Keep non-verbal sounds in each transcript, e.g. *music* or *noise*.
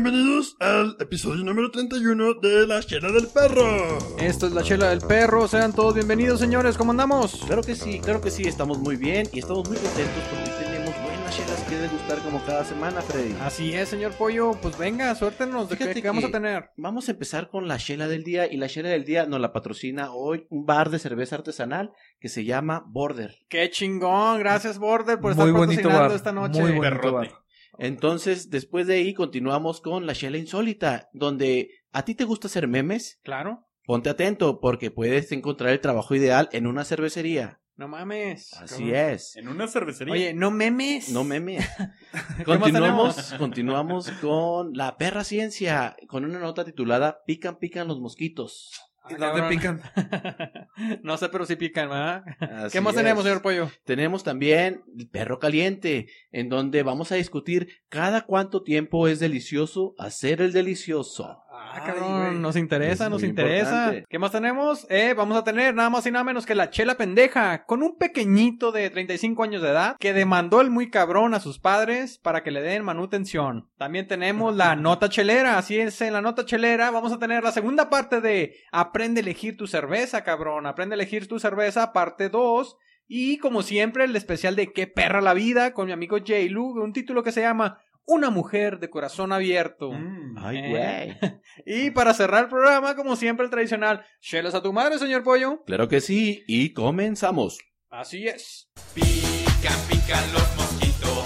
Bienvenidos al episodio número 31 de La Chela del Perro. Esto es la chela del perro, sean todos bienvenidos señores, ¿cómo andamos? Claro que sí, claro que sí, estamos muy bien y estamos muy contentos porque hoy tenemos buenas chelas que degustar como cada semana, Freddy. Así es, señor Pollo, pues venga, suértenos de qué, Fíjate qué vamos a que- tener. Vamos a empezar con la chela del día y la chela del día nos la patrocina hoy un bar de cerveza artesanal que se llama Border. Qué chingón, gracias Border por Muy estar bonito patrocinando bar, esta noche. muy bonito Perrote. bar. Entonces, después de ahí continuamos con la chela insólita, donde a ti te gusta hacer memes, Claro, ponte atento porque puedes encontrar el trabajo ideal en una cervecería. no mames. Así es. En una cervecería. Oye, no memes. No memes. más Continuamos, continuamos con la perra ciencia, con una nota titulada Pican, pican los mosquitos. Ah, ¿Y dónde cabrón. pican? *laughs* no sé, pero sí pican, ¿verdad? *laughs* Así ¿Qué más es. tenemos, señor Pollo? Tenemos también el perro caliente, en donde vamos a discutir cada cuánto tiempo es delicioso hacer el delicioso. Ah, Ay, cabrón, güey. nos interesa, Es nos muy interesa. importante. ¿Qué más tenemos? Eh, vamos a tener nada más y nada menos que la chela pendeja, con un pequeñito de 35 años de edad que demandó el muy cabrón a sus padres para que le den manutención. También tenemos *laughs* la nota chelera, así es, en la nota chelera vamos a tener la segunda parte de Aprende a elegir tu cerveza, cabrón, aprende a elegir tu cerveza, parte 2. Y como siempre, el especial de Qué perra la vida con mi amigo J. Lu, un título que se llama Una mujer de corazón abierto. Mm. Ay, Eh. güey. Y para cerrar el programa, como siempre, el tradicional, chelas a tu madre, señor Pollo. Claro que sí, y comenzamos. Así es. Pican, pican los mosquitos.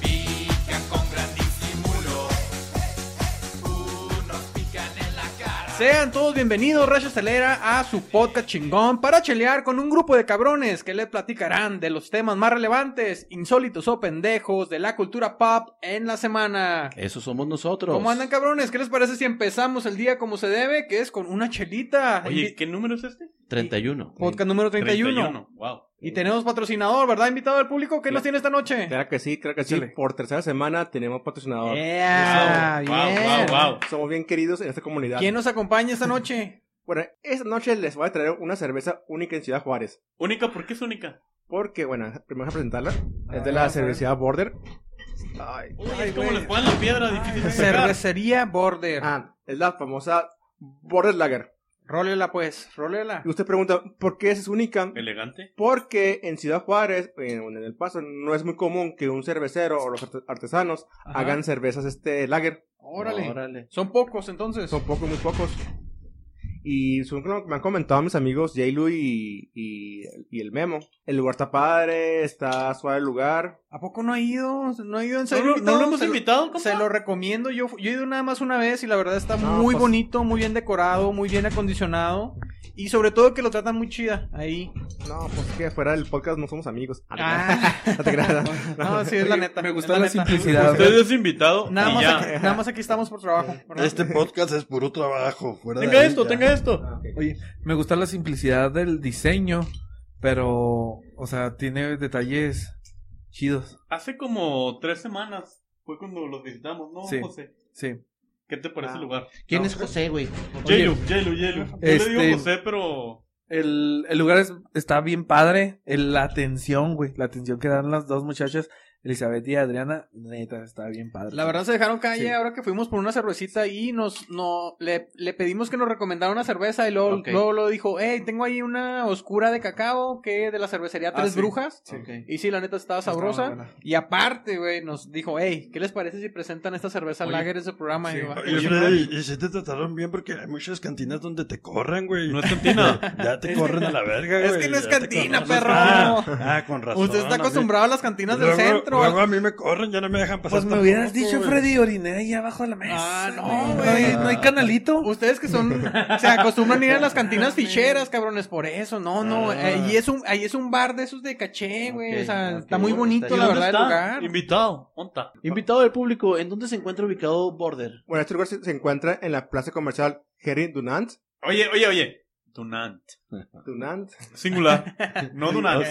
Pican con gran disimulo. Unos pican en la cara. Sean todos bienvenidos, Rayos Telera, a su podcast chingón para chelear con un grupo de cabrones que le platicarán de los temas más relevantes, insólitos o pendejos de la cultura pop en la semana. Eso somos nosotros. ¿Cómo andan, cabrones? ¿Qué les parece si empezamos el día como se debe, que es con una chelita? Oye, Invi- ¿qué número es este? 31. podcast número 31. Wow. Y tenemos patrocinador, ¿verdad? Invitado al público, ¿qué nos tiene esta noche? Claro que sí, claro que sí. Chile. Por tercera semana tenemos patrocinador. Eh. ¡Ea! wow, bien. wow, wow. Somos bien queridos en esta comunidad. ¿Quién nos acompaña *laughs* esta noche? Bueno, esta noche les voy a traer una cerveza única en Ciudad Juárez. Única, ¿por qué es única? Porque, bueno, primero voy a presentarla. Es de Ah, la bueno. cervecería Border. Ay. Uy, Ay, es como güey. les ponen la piedra, difícil de sacar. Cervecería Border. Ah, es la famosa Border Lager. Rólela pues, rólela. Y usted pregunta, ¿por qué esa es única? Elegante. Porque en Ciudad Juárez, en, en El Paso, no es muy común que un cervecero o los arte- artesanos Ajá. hagan cervezas este lager. Órale. Son pocos entonces. Son pocos, muy pocos. Y según lo que me han comentado mis amigos J-Lu y, y, y el Memo. El lugar está padre, está suave el lugar. ¿A poco no ha ido? ¿No ha ido en ¿No, serio? lo- no lo hemos se invitado, compa? Se lo recomiendo. Yo, fu- yo he ido nada más una vez y la verdad está No, muy pues- bonito, muy bien decorado, muy bien acondicionado. Y sobre todo que lo tratan muy chida ahí. No, pues es que fuera del podcast no somos amigos. *laughs* Ah, No te creas. no, sí, es la neta. Me gustó la, simplicidad. Usted es invitado. Nada y más, ya. aquí, nada más aquí estamos por trabajo. ¿verdad? Este podcast es puro trabajo. Fuera Tenga esto, tenga esto. Ah, Oye, me gusta la simplicidad del diseño, pero, o sea, tiene detalles chidos. Hace como tres semanas fue cuando los visitamos, ¿no, Sí. José? Sí. ¿Qué te parece Ah. el lugar? ¿Quién es José, güey? pues, Oye, Yelu, Yelu, Yelu. Yo le este- digo José, pero... El, el lugar es- está bien padre. El- la atención, güey. La atención que dan las dos muchachas, Elizabeth y Adriana, neta, está bien padre. La verdad se dejaron calle Sí. ahora que fuimos por una cervecita y nos no le, le pedimos que nos recomendara una cerveza y luego, Ok. luego lo dijo, hey, tengo ahí una oscura de cacao que de la Ah, cervecería Tres sí. Brujas. Sí. Y sí, la neta estaba Está sabrosa. muy buena. y aparte, güey, nos dijo, hey, ¿qué les parece si presentan esta cerveza Oye, lager en su programa? sí. Y yo, Oye, "Oye, Oye, madre". madre. y si te trataron bien porque hay muchas cantinas donde te corren, güey. No es cantina. *laughs* Ya te corren a la verga, Es güey, que no es ya te cantina, corren. perro. Ah, ah, con razón. Usted está a mí- acostumbrado a las cantinas del Luego- centro. Luego a mí me corren, ya no me dejan pasar. Pues me hubieras dicho, Freddy, oriné ahí abajo de la mesa. Ah, no, No güey. hay, no hay canalito. Ustedes que *laughs* son, se acostumbran a ir a las cantinas ficheras, cabrones, por eso, no, no, ahí es un, ahí es un bar de esos de caché, güey, Ok, o sea, ok. está muy ¿Y bonito, dónde la ¿Dónde verdad, el está? lugar. Invitado. ¿Onta? Invitado del público, ¿en dónde se encuentra ubicado Border? Bueno, este lugar se, se encuentra en la plaza comercial Henry Dunant. Oye, oye, oye. Dunant. Dunant. Singular. *laughs* No *laughs* Dunant.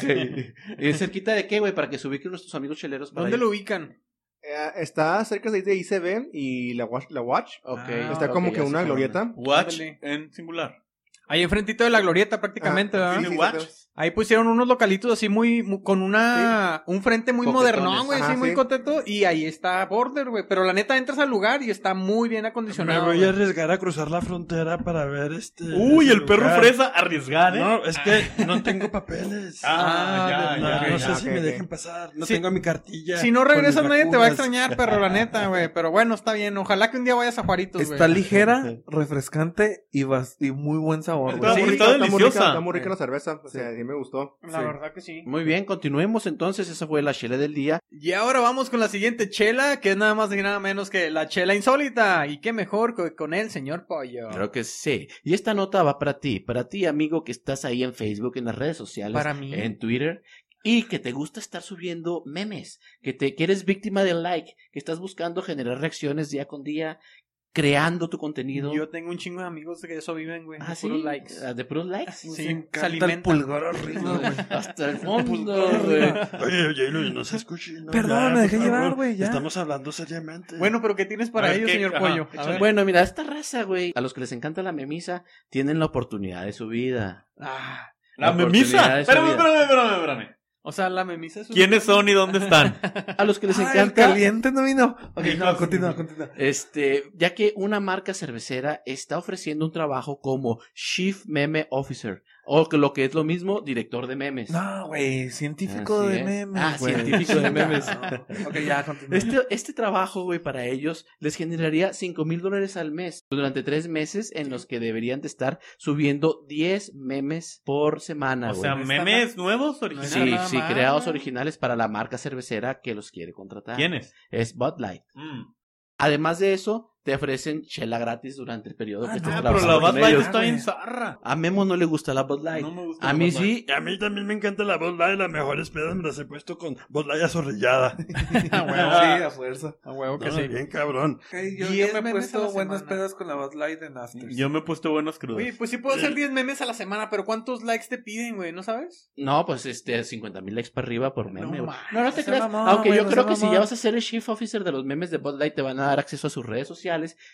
¿Es cerquita de qué, güey? Para que se ubiquen nuestros amigos cheleros. para ¿Dónde ir. lo ubican? Eh, está cerca de ahí de ICB y la Watch. La watch. Ok, Ah, está ok, como ya que sé una por dónde. glorieta. Watch Ándale. en singular. Ahí enfrentito de la glorieta prácticamente, Ah, ¿verdad? ¿Tiene sí, watch? sí, Ahí pusieron unos localitos así muy, mu- con una, un frente muy Coquetones. modernón, güey, Ajá, así muy sí. contento. Y ahí está Border, güey. Pero la neta entras al lugar y está muy bien Me acondicionado. voy a güey. arriesgar a cruzar la frontera para ver este. Uy, ese el perro lugar. fresa, arriesgar, ¿eh? No, es Ah. que no tengo papeles. Ah, ya, no, ya, no sé ya, si ok, me ok. dejen pasar. No Sí. tengo mi cartilla. Si no con mis regresas nadie te va a vacunas. extrañar, perro, la neta, güey. Pero bueno, está bien. Ojalá que un día vayas a Juaritos, güey. *laughs* Está ligera, refrescante y, bas- y muy buen sabor. güey. Está muy rica, Sí, está muy rica, deliciosa. está muy rica la cerveza. O sea, sí me gustó. La Sí. verdad que sí. Muy bien, continuemos entonces. Esa fue la chela del día. Y ahora vamos con la siguiente chela, que es nada más y nada menos que la chela insólita. Y qué mejor que con el señor Pollo. Claro que sí. Y esta nota va para ti, para ti, amigo, que estás ahí en Facebook, en las redes sociales, Para mí. en Twitter, y que te gusta estar subiendo memes, que te que eres víctima del like, que estás buscando generar reacciones día con día, creando tu contenido. Yo tengo un chingo de amigos que de eso viven, güey. Ah, de ¿sí? puros likes. Ah, ¿De puros likes? Sí, Nos encanta se el alimenta. pulgar horrible, güey. *laughs* Hasta el fondo, güey. *laughs* Oye, oye, Luis, no se escuche. no, Perdón, ya, me dejé por favor. llevar, güey, ya. Estamos hablando seriamente. Bueno, pero ¿qué tienes para A ver, ellos, ¿qué? señor Ajá, Pollo? A ver. Bueno, mira, esta raza, güey, a los que les encanta la memisa, tienen la oportunidad de su vida. Ah, La oportunidad memisa. de su Espérame, vida. espérame, espérame, espérame. o sea, la memisa es un- ¿Quiénes son y dónde *laughs* están? A los que les Ay, encanta caliente no vino. Ok, Sí, no, claro. continúa, continúa. Este, ya que una marca cervecera está ofreciendo un trabajo como Chief Meme Officer, o que lo que es lo mismo, director de memes. No, güey, científico Así de es. memes. Ah, güey. científico de memes. *laughs* No. Ok, ya, *laughs* continúa. Este, este trabajo, güey, para ellos les generaría 5 mil dólares al mes durante tres meses en los que deberían de estar subiendo 10 memes por semana, O güey. sea, está memes nuevos, no originales. está sí, nada sí, mal. creados originales para la marca cervecera que los quiere contratar. ¿Quiénes? Es Bud Light. Mm. Además de eso, te ofrecen chela gratis durante el periodo que Ah, estés Ah, pero trabajando la con Bud Light ellos. está güey. en zarra. A Memo no le gusta la Bud Light. No me gusta a la mí Bud Light. sí. Y a mí también me encanta la voz live, las mejores pedas me las he puesto con voz live *laughs* azorrillada. Ah, güey, Sí, a fuerza. A huevo que No, sí. bien cabrón. Ok, yo, Diez yo me he memes a puesto la buenas semana. pedas con la Bud Light en Afters. Yo me he puesto buenos crudos. Oye, pues sí puedo hacer 10 memes a la semana, pero ¿cuántos likes te piden, güey? ¿No sabes? No, pues este, 50 mil likes para arriba por meme. güey. No, mames, no, te ese creas. mamón, Aunque güey, yo ese creo que si mamón. ya vas a ser el chief officer de los memes de Bud Light, te van a dar acceso a sus redes sociales,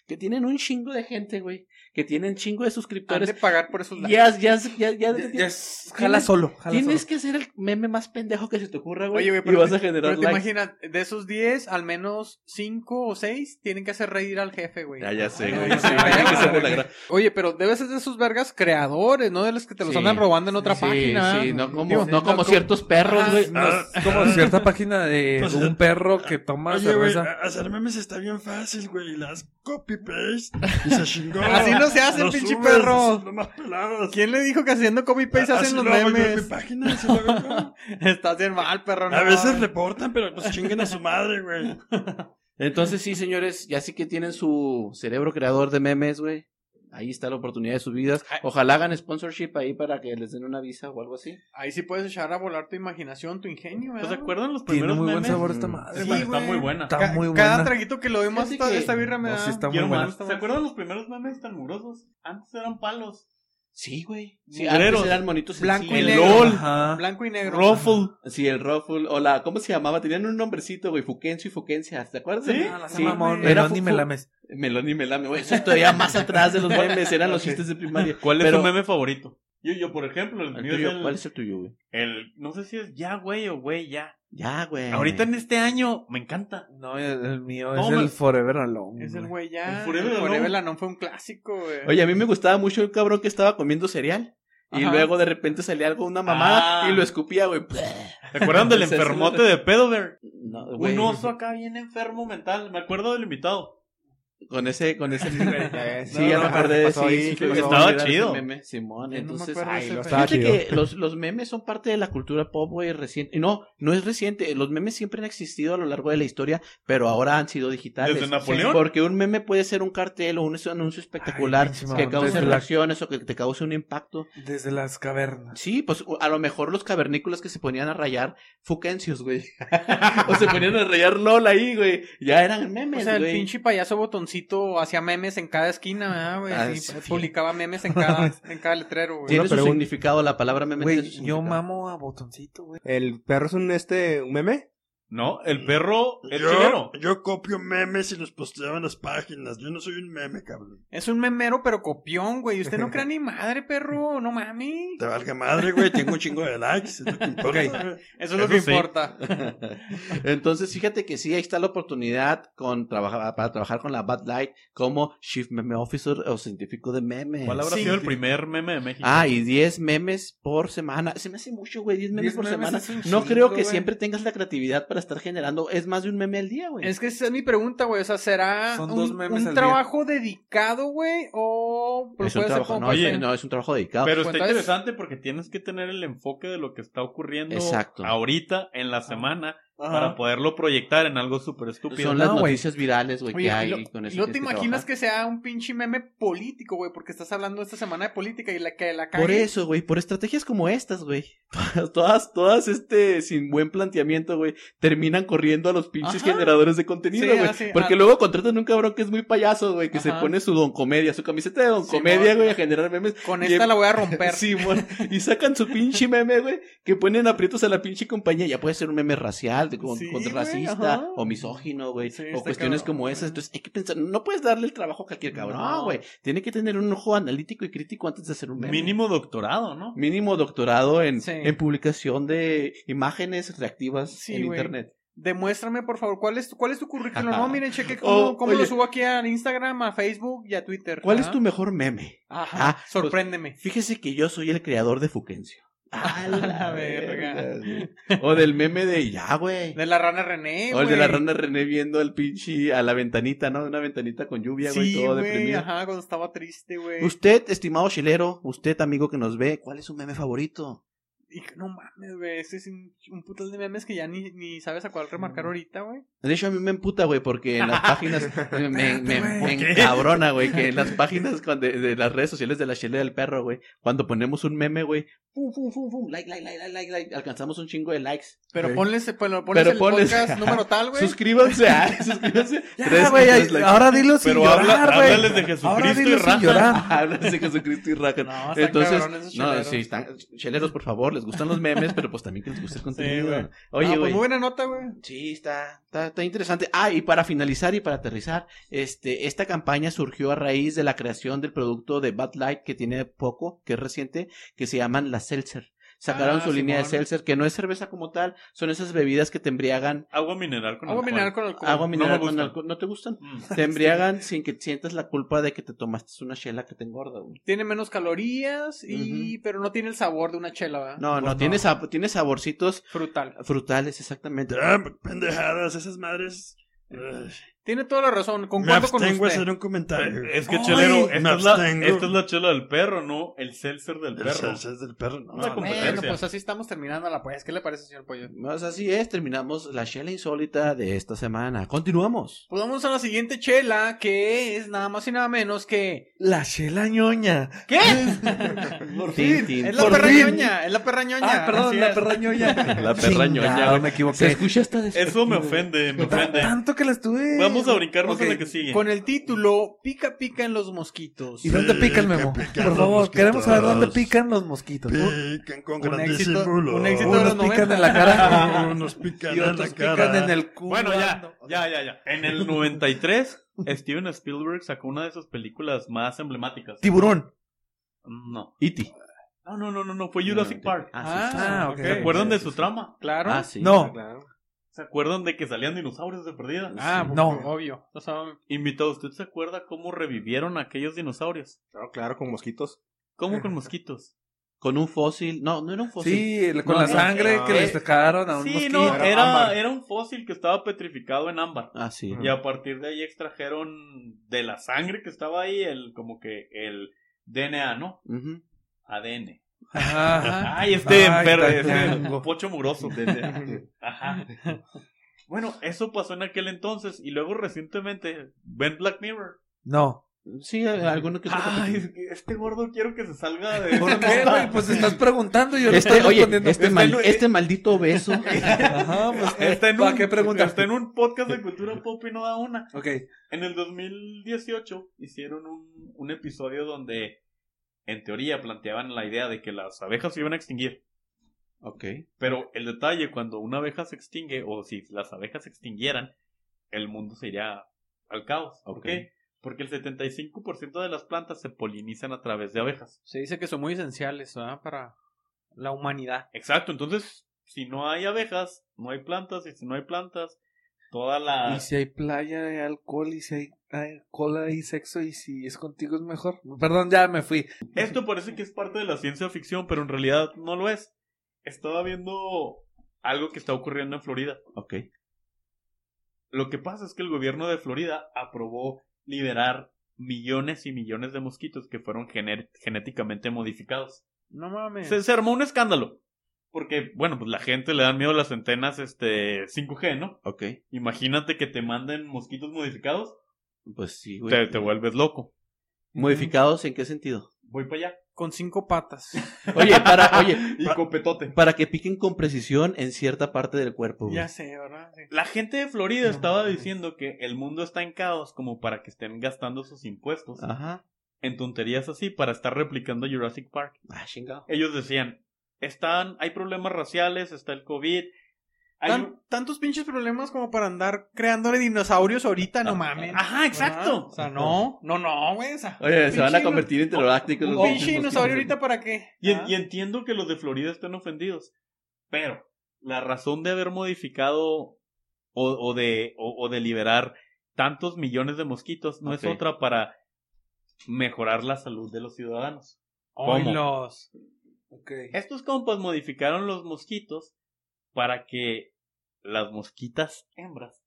que tienen un chingo de gente, güey. Que tienen chingo de Han suscriptores. de pagar por esos likes. Ya, ya, ya, ya, Ya- ya es- Tienes- jala solo, jala Tienes solo. que hacer el meme más pendejo que se te ocurra, güey. Oye, güey, y pero vas a te- generar Pero te likes. imaginas, de esos 10, al menos 5 o 6 tienen que hacer reír al jefe, güey. Ya, ya sé, Ay, güey. no, Sí, no, tiene no, que ser de no, la no. gran- Oye, pero debes ser de esos vergas creadores, no de los que te los Sí. andan robando en otra sí, página. sí, no como, Digo, no como ciertos perros, Ajá. güey. No, es como cierta página de Pues, un perro que toma Oye, güey, cerveza. a- hacer memes está bien fácil, güey. Las copy-paste y se chingó. *laughs* Así no se hace, Lo pinche subes, Ah, perro. Lo más pelado. ¿Quién le dijo que haciendo copy-paste Así hacen los lo hago yo en mi memes? página, así lo hago yo. *laughs* Estás bien mal, perro. A no. veces reportan, pero pues chinguen a su madre, güey. Entonces sí, señores, ya sí que tienen su cerebro creador de memes, güey. Ahí está la oportunidad de sus vidas. Ojalá hagan sponsorship ahí para que les den una visa o algo así. Ahí sí puedes echar a volar tu imaginación, tu ingenio, ¿No se ¿verdad? acuerdan los Tiene primeros muy buen memes? sabor esta Mm. madre. Sí, Sí, está güey. muy buena. Está Ca- muy Cada buena. traguito que lo vemos, Fíjate esta, que- esta birra me No, da. sí está muy Quiero buena. más. ¿Se acuerdan los primeros memes tan mugrosos? Antes eran palos. Sí, güey. Sí, Mugreros. antes eran monitos Blanco y sencillos. El negro. LOL. Ajá. Blanco y negro. Ruffle. Sí, el Ruffle. O la, ¿cómo se llamaba? Tenían un nombrecito, güey. Fuquencio y Fuquencia. ¿Te acuerdas? Sí. Ah, la Sí. mamón, Era Melón y Fufu. Melames. Melón y Melame, güey. Eso es todavía más atrás de los memes. Eran los chistes de *laughs* primaria. ¿Cuál es Pero- tu meme favorito? Yo, yo, por ejemplo, el, El mío es tuyo, el- ¿Cuál es el tuyo, güey? el- No sé si es ya, güey, o güey, ya. Ya, güey. Ahorita en este año me encanta. No, el, el mío No, es me- el Forever Alone. Es el güey. güey ya. El El Forever Forever, Alone. Alone fue un clásico, güey. Oye, a mí me gustaba mucho el cabrón que estaba comiendo cereal. Y Ajá. luego de repente salía algo, una mamada, Ah. y lo escupía, güey. ¿Te acuerdan del Ese es el enfermote otro. de Pedover? No, güey. Un oso acá bien enfermo mental. Me acuerdo del invitado. Con ese, con ese. Sí, *laughs* No, ya no, me acordé de pasó ahí, sí, sí, ¿qué sí, pasó? Estaba era ese chido. meme, Simón, Yo no me entonces. acuerdo de ay, Ay, ese pedo. lo estaba fíjate chido. que los, los memes son parte de la cultura pop, güey, reciente. y No, no es reciente. Los memes siempre han existido a lo largo de la historia, pero ahora han sido digitales. Desde Napoleón. Sí, Porque un meme puede ser un cartel o un anuncio espectacular Ay, pinche mamón, que cause desde la- reacciones o que te cause un impacto. Desde las cavernas. Sí, pues a lo mejor los cavernícolas que se ponían a rayar fuquencios, güey. *laughs* o se ponían a rayar LOL ahí, güey. Ya eran O memes, sea, el güey. pinche payaso botoncito hacía memes en cada esquina, ¿verdad, güey. Ah, Sí, sí. publicaba memes en cada, en cada letrero, güey. Tiene Una su pregunta. significado la palabra meme. Güey, tiene su yo significado. mamo a botoncito, güey. ¿El perro es un este un meme? No, el perro es chileno. Yo, yo copio memes y los posteo en las páginas. Yo no soy un meme, cabrón. Es un memero, pero copión, güey. Usted no crea ni madre, perro. No mami. Te valga madre, güey. Tengo un chingo de likes. Es lo que importa. Eso es lo Eso que sí. importa. *laughs* Entonces, fíjate que sí, ahí está la oportunidad con trabajar para trabajar con la Bad Light como Chief Meme Officer o científico de memes. ¿Cuál habrá Sí. sido el primer meme de México? Ah, y 10 memes por semana. Se me hace mucho, güey, 10 memes 10 por memes semana. es un no chingo, creo que güey. siempre tengas la creatividad para estar generando. Es más de un meme al día, güey. Es que esa es mi pregunta, güey. O sea, ¿será Son un, dos memes un al día. trabajo dedicado, güey? O lo Es un puede hacer trabajo, como no, oye, parte- no, es un trabajo dedicado. Pero pues, está entonces- interesante porque tienes que tener el enfoque de lo que está ocurriendo Exacto. ahorita en la semana Ah. Ajá. para poderlo proyectar en algo súper estúpido. Son las No, güey. noticias virales, güey, Oye, que y hay. lo- y con y eso no tienes te imaginas trabajar. que sea un pinche meme político, güey, porque estás hablando esta semana de política y la que la Por cague. eso, güey, por estrategias como estas, güey. *laughs* Todas- Todas, todas, este, sin buen planteamiento, güey, terminan corriendo a los pinches Ajá. generadores de contenido, Sí, güey. ah, sí, Porque ah. luego contratan un cabrón que es muy payaso, güey, que Ajá. se pone su don comedia, su camiseta de don Simón. comedia, güey, a generar memes. Con Y esta em- la voy a *laughs* romper. Sí, mon. y sacan su pinche meme, güey, que ponen aprietos a la pinche compañía. Ya puede ser un meme racial, de- con, Sí, contra güey, racista, ajá. o misógino, güey, Sí, o está cuestiones cabrón, como güey. esas. Entonces hay que pensar, no puedes darle el trabajo a cualquier cabrón, No. güey. Tiene que tener un ojo analítico y crítico antes de hacer un meme. Mínimo doctorado, ¿no? Mínimo doctorado en, Sí. en publicación de imágenes reactivas Sí, en güey. internet. Demuéstrame, por favor, ¿cuál es tu, cuál es tu currículum? No, miren, cheque cómo, Oh, cómo lo oye. subo aquí a Instagram, a Facebook y a Twitter. ¿Cuál Ah. es tu mejor meme? Ajá, Ah, sorpréndeme. Fíjese que yo soy el creador de Fuquencio. *laughs* A la *laughs* verga. güey. O del meme de ya, güey. De la rana René, O Oh, el de la güey. rana René viendo al pinche a la ventanita, ¿no? Una ventanita con lluvia, güey, Sí, todo güey, deprimido. ajá, cuando estaba triste, güey. Usted, estimado chilero, usted, amigo que nos ve, ¿cuál es su meme favorito? Y que, no mames, güey, ese es un, un putal de memes que ya ni, ni sabes a cuál Mm. remarcar ahorita, güey. De hecho, a mí me emputa, güey, porque *laughs* en las páginas me, me, me- me ¿Por qué? encabrona, güey, que en las páginas cuan- de, de las redes sociales de la chile del perro, güey, cuando ponemos un meme, güey, pum, pum, pum, pum, like, like, like, like, like, like, alcanzamos un chingo de likes. Pero Ok. ponles, ponle- ponles Pero el ponles- podcast número tal, güey. *laughs* Suscríbanse, ah, suscríbanse. Ya, güey, tres likes. ahora dilo sin Pero habla- llorar, güey. háblales de Ahora Jesucristo y dilo sin *laughs* raja. llorar. Háblense de Jesucristo y rajan. No, están Entonces, cabrones esos no, cheleros. sí, están cheleros, por favor, les gustan los memes, pero pues también que les guste el contenido. güey. Ah, Oye, pues güey. muy buena nota, güey. Sí, está, está, está interesante. Ah, y para finalizar y para aterrizar, este, esta campaña surgió a raíz de la creación del producto de Bud Light que tiene poco, que es reciente, que se llaman las Seltzer. Sacaron Ah, su línea de Simón. Seltzer, que no es cerveza como tal, son esas bebidas que te embriagan. Agua mineral con Agua alcohol. mineral con alcohol. Agua me mineral con gustan. alcohol. ¿No te *laughs* gustan? Mm. Te embriagan sin que sientas la culpa de que te tomaste una chela que te engorda, güey. Tiene menos calorías y... Pero no tiene el sabor de una chela, ¿verdad? No, Pues no, tiene, sab- tiene saborcitos Frutal. frutales, exactamente. Ya, pendejadas, esas madres. Ay, Tiene toda la razón. me Concuerdo con abstengo a usted. hacer un comentario. Eh, Es que, Ay, chelero, me esta es, la, abstengo. esta es la chela del perro, no el seltzer del El perro. salsa es del perro. No, La no, competencia. Bueno, pues así estamos terminando la pues. ¿Qué le parece, señor Pollo? Más Pues así es, terminamos la chela insólita de esta semana. Continuamos. Pues vamos a la siguiente chela, que es nada más y nada menos que... La chela ñoña. *laughs* ¿Qué? Tin, tin. es la Por perra fin. ñoña, es la perra ñoña. Ah, perdón, así la es. perra ñoña. La perra ñoña, Chingado, güey. me Se equivoqué. escucha hasta despectivo. Eso me ofende, me Ta- ofende. Tanto que la estuve. Vamos a brincarnos Ok, a la que sigue. Con el título, pica pica en los mosquitos. ¿Y dónde Sí, pica el que memo? pican Por los favor, mosquitos. queremos saber dónde pican los mosquitos. Pican con Un gran éxito- disimulo. un éxito de Unos los pican 90. en la *laughs* cara Unos pican *laughs* y en la otros pican cara. en el culo. Bueno, ya, ya, ya, ya. En el 93, Steven Spielberg sacó una de sus películas más emblemáticas. Tiburón. No. Iti. No, no, no, no, no, fue Jurassic Park. Ah, Ah, ok. ok. ¿Se acuerdan de su trama? Claro. Ah, sí. No, ¿Se acuerdan de que salían dinosaurios de perdida? Ah, No. obvio. O sea, Invitado, ¿usted se acuerda cómo revivieron a aquellos dinosaurios? Claro, claro, con mosquitos. ¿Cómo con mosquitos? Con un fósil. No, Pues no era un fósil. sí, el- con No, la no, sangre no. que le sacaron a un Sí, mosquito. no, Era era, ámbar. era un fósil que estaba petrificado en ámbar. Ah, sí. Y a partir de ahí extrajeron de la sangre que estaba ahí el como que el DNA, ¿no? Ujú. ADN. Ah, Ajá. Ay, este Ay, perro, tan este chango. pocho muroso. Ajá. Bueno, eso pasó en aquel entonces y luego recientemente ven Black Mirror. No. Sí, alguno que otro Ay, capítulo. es que este gordo quiero que se salga de ¿Por qué, güey? Pues estás preguntando y yo no Este, estoy oye, respondiendo. este, mal- este maldito *laughs* obeso. Ajá, pues. Está en, ¿Para un, qué preguntas? está en un podcast de cultura pop y no da una. Ok. En el 2018 hicieron un, un episodio donde, en teoría, planteaban la idea de que las abejas se iban a extinguir. Ok. Pero el detalle, cuando una abeja se extingue, o si las abejas se extinguieran, el mundo se iría al caos. ¿Por Ok. qué? Porque el 75% de las plantas se polinizan a través de abejas. Se dice que son muy esenciales ¿verdad? para la humanidad. Exacto, entonces, si no hay abejas, no hay plantas, y si no hay plantas, toda la... Y si hay playa, hay alcohol, y si hay, hay cola, hay sexo, y si es contigo es mejor. Perdón, ya me fui. Esto parece que es parte de la ciencia ficción, pero en realidad no lo es. Estaba viendo algo que está ocurriendo en Florida. Ok. Lo que pasa es que el gobierno de Florida aprobó liberar millones y millones de mosquitos que fueron gener- genéticamente modificados. No mames. Se, se armó un escándalo. Porque, bueno, pues la gente le dan miedo a las antenas este 5G, ¿no? Ok. Imagínate que te manden mosquitos modificados, Pues sí, güey. te, te vuelves loco. ¿Modificados en qué sentido? Voy para allá. Con cinco patas. *laughs* Oye, para, oye, *laughs* Y copetote. para que piquen con precisión en cierta parte del cuerpo, güey. ya sé, ¿verdad? Sí. La gente de Florida estaba diciendo que el mundo está en caos como para que estén gastando sus impuestos Ajá. en tonterías así para estar replicando Jurassic Park. Ah, chingado. Ellos decían, están, hay problemas raciales, está el COVID. hay Tan- un- Tantos pinches problemas como para andar creándole dinosaurios ahorita, no mames. Ajá, exacto. O sea, no, no, no, güey. o sea, Oye, se pinche van a dino- convertir en pterodáctilos. Un los pinche mosquitos. dinosaurio ahorita para qué. Y, en- Ah. y entiendo que los de Florida estén ofendidos, pero la razón de haber modificado o, o de, o, o de liberar tantos millones de mosquitos no Ok. es otra para mejorar la salud de los ciudadanos. Ay, ¿Cómo? los. Estos compas modificaron los mosquitos para que las mosquitas hembras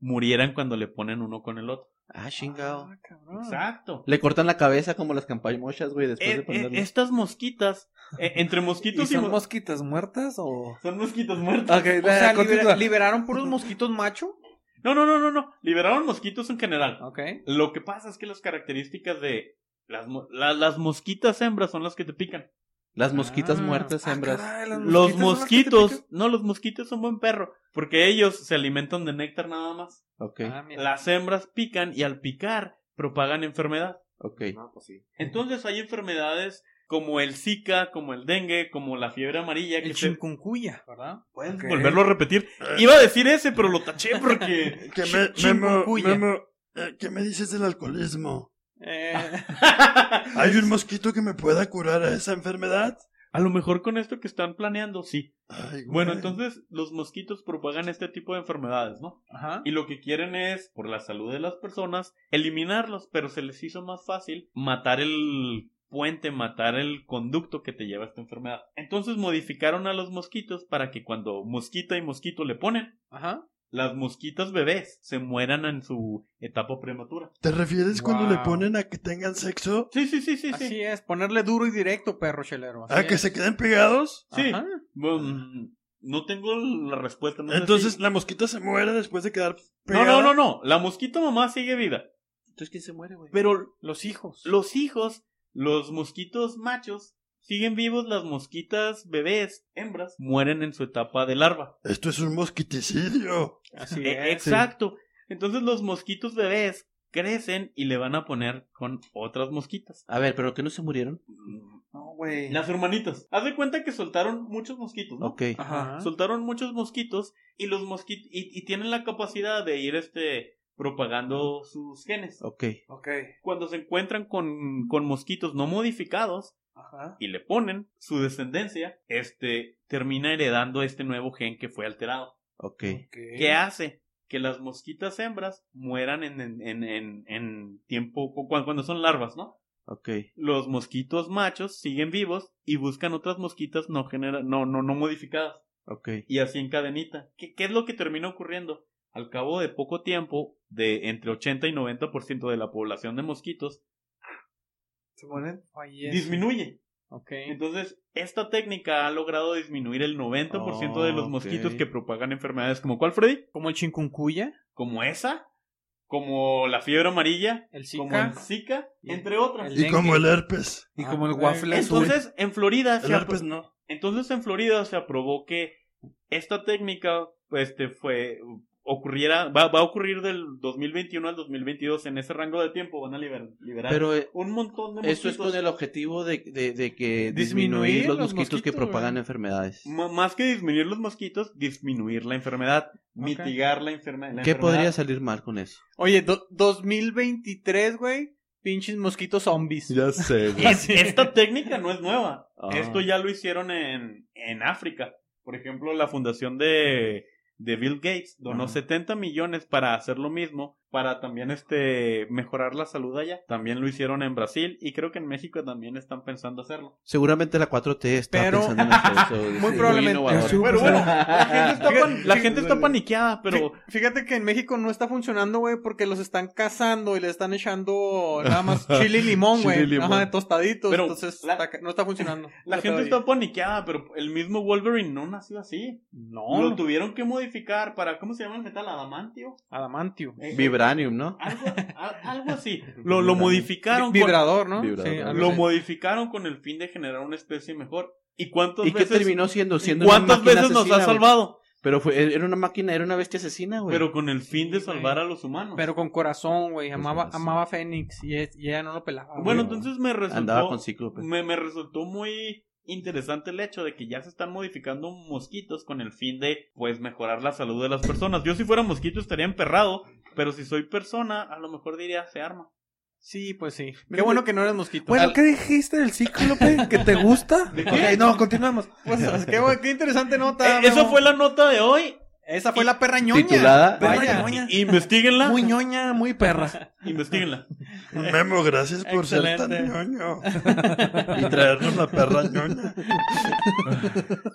murieran cuando le ponen uno con el otro. Ah, chingado. Ah, cabrón. Exacto. Le cortan la cabeza como las campañas, güey, después de Eh, eh, ponerle. estas mosquitas, eh, entre ¿Y mosquitos y, son mo- mosquitas muertas o...? son mosquitas muertas. Ok, O sea, ya, continúa. libera- liberaron puros mosquitos macho. No, no, no, no, no. Liberaron mosquitos en general. Ok. Lo que pasa es que las características de las, mo- la- las mosquitas hembras son las que te pican. Las mosquitas Ah. muertas Ah, hembras. caray, las Los mosquitas son las que te mosquitos, pican. no, los mosquitos son buen perro, porque ellos se alimentan de néctar nada más. ok, Ah, mira. Las hembras pican y al picar propagan enfermedad. ok. No, pues sí. Entonces hay enfermedades como el Zika, como el dengue, como la fiebre amarilla, que El se... chincuncuya, ¿verdad? Puedes Ok. volverlo a repetir. Iba a decir ese, pero lo taché porque... Que me, Memo, Chingoncuya. Memo, eh, ¿qué me dices del alcoholismo? *laughs* Eh, ¿Hay un mosquito que me pueda curar a esa enfermedad? A lo mejor con esto que están planeando, sí. Ay, güey. Bueno, entonces los mosquitos propagan este tipo de enfermedades, ¿no? ajá. Y lo que quieren es, por la salud de las personas, eliminarlos, pero se les hizo más fácil matar el puente, matar el conducto que te lleva a esta enfermedad. Entonces modificaron a los mosquitos para que cuando mosquita y mosquito le ponen, Ajá. las mosquitas bebés se mueran en su etapa prematura. ¿Te refieres cuando Wow. le ponen a que tengan sexo? Sí, sí, sí, sí, Así sí. es, ponerle duro y directo, perro chelero. así ¿A Ah, que es. se queden pegados? Sí. Ajá. Bueno, mm, no tengo la respuesta. no sé Entonces si- la mosquita se muere después de quedar No, pegada. no, no, no. La mosquita mamá sigue viva. Entonces, ¿quién se muere, güey? Pero Los hijos. los hijos, los mosquitos machos, siguen vivos, las mosquitas bebés, hembras, mueren en su etapa de larva. Esto es un mosquiticidio. Así E- es. Exacto. Entonces los mosquitos bebés crecen y le van a poner con otras mosquitas. A ver, ¿pero que no se murieron? No, güey. Las hermanitas. Haz de cuenta que soltaron muchos mosquitos, ¿no? Ok. Ajá. Soltaron muchos mosquitos y los mosquitos y, y tienen la capacidad de ir este propagando sus genes. Ok. Ok. Cuando se encuentran con, con mosquitos no modificados, Ajá. y le ponen su descendencia, este termina heredando este nuevo gen que fue alterado. Ok. ¿Qué hace? Que las mosquitas hembras mueran en, en, en, en- en tiempo, cu- cuando son larvas, ¿no? Ok. Los mosquitos machos siguen vivos y buscan otras mosquitas no, genera, no, no, no modificadas. Ok. Y así en cadenita. ¿Qué, ¿Qué es lo que termina ocurriendo? Al cabo de poco tiempo, de entre 80 y 90% de la población de mosquitos ¿Se mueren? Fallece. disminuye. Ok. Entonces, esta técnica ha logrado disminuir el 90% de los Ok. mosquitos que propagan enfermedades como cuál, Freddy? Como el chincuncuya, Como esa, como la fiebre amarilla, el como zika. el Zika, Y- entre otras. el- Y como el herpes. Y Ah, como el güey. waffle azul. Entonces, en Florida El se herpes apro- no. entonces en Florida se aprobó que esta técnica pues, este fue ocurriera, va, va a ocurrir del 2021 al 2022, en ese rango de tiempo van a liber- liberar Pero eh, un montón de eso mosquitos. es con el objetivo de, de, de que Disminuir disminuir los los mosquitos, que mosquitos, propagan güey. enfermedades. M- más que disminuir los mosquitos, disminuir la enfermedad, mitigar la, enferme- la enfermedad. ¿Qué podría salir mal con eso? Oye, do- 2023, güey. Pinches mosquitos zombies. Ya sé, güey. Es- esta técnica no es nueva. Ah. Esto ya lo hicieron en, en África. Por ejemplo, la fundación de, de Bill Gates donó 70 millones para hacer lo mismo, para también este mejorar la salud allá. También lo hicieron en Brasil y creo que en México también están pensando hacerlo. Seguramente la 4T está Pero- pensando en hacer eso. Muy probablemente. innovador. Sí, Pero pues, bueno, ah, la gente está, pan- la gente está paniqueada, pero Pero fíjate que en México no está funcionando, güey, porque los están cazando y le están echando nada *laughs* más chile y limón, Chile y güey. limón. Ajá, tostaditos. Pero entonces la- está ca- no está funcionando. la Ese gente pedo está paniqueada, pero el mismo Wolverine no nació así. ahí. No, Lo tuvieron que modificar para, ¿cómo se llama el metal? Adamantio. adamantio. Eh, Vibranium, ¿no? Algo, a- *laughs* algo así. Lo, lo modificaron. Vi- con- Vibrador, ¿no? Vibrador. Sí, algo lo así. modificaron con el fin de generar una especie mejor. ¿Y cuántas ¿Y qué veces, terminó siendo? siendo una cuántas máquina veces nos asesina, ha güey. salvado? Pero fue, era una máquina, era una bestia asesina, güey. Pero con el fin de Sí, güey. salvar a los humanos. Pero con corazón, güey. Con Amaba, corazón. amaba a Fénix y, es- y ella no lo pelaba. güey. bueno, entonces me resultó, Andaba con cíclope. Pues me, me resultó muy interesante el hecho de que ya se están modificando mosquitos con el fin de pues mejorar la salud de las personas. Yo si fuera mosquito estaría emperrado, pero si soy persona a lo mejor diría se arma. Sí, pues sí. Qué bueno que no eres mosquito. Bueno, ¿qué dijiste del cíclope? ¿Que te gusta? Ok, no, continuamos. *laughs* Pues, qué, bu- qué interesante nota. Eh, esa Memo. fue la nota de hoy. Esa fue la perra ñoña. Titulada. Perra Vaya, ñoña. Investíguenla. Muy ñoña, muy *laughs* perra. Investíguenla. *laughs* Memo, gracias por ser Excelente. tan *laughs* ñoño. Y traernos la perra ñoña.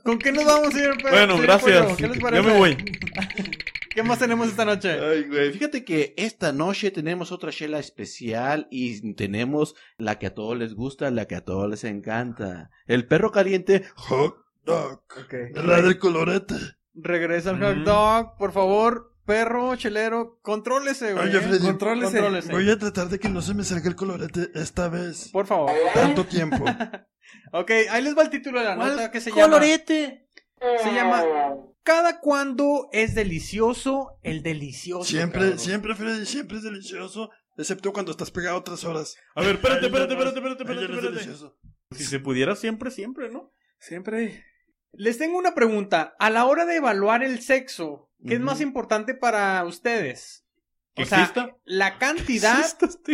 ¿Con qué nos vamos a ir, perro? Bueno, Sí, gracias. pollo, ¿Qué les ya parece? me voy. ¿Qué más tenemos esta noche? Ay, güey. Fíjate que esta noche tenemos otra chela especial y tenemos la que a todos les gusta, la que a todos les encanta. El perro caliente. Hot dog. Ok. La del colorete. Regresa al Mm. Ujú. hot dog, por favor. Perro, chelero, contrólese, güey. ¿eh? Oye, Freddy, Contrólese. Contrólese. Voy a tratar de que no se me salga el colorete esta vez. Por favor. Tanto tiempo. Ok, ahí les va el título de la ¿Cuál nota que se Colorete. llama. Se llama Cada cuando es delicioso el delicioso. Siempre, cabrón. siempre, Freddy, siempre es delicioso. Excepto cuando estás pegado tres horas. A ver, espérate, Ahí no espérate, más. espérate, espérate, Ahí ya no es espérate, espérate. delicioso. Si se pudiera siempre, siempre, ¿no? Siempre. Les tengo una pregunta. A la hora de evaluar el sexo, ¿qué es más importante para ustedes? ¿Que O sea, exista? *laughs* ¿La cantidad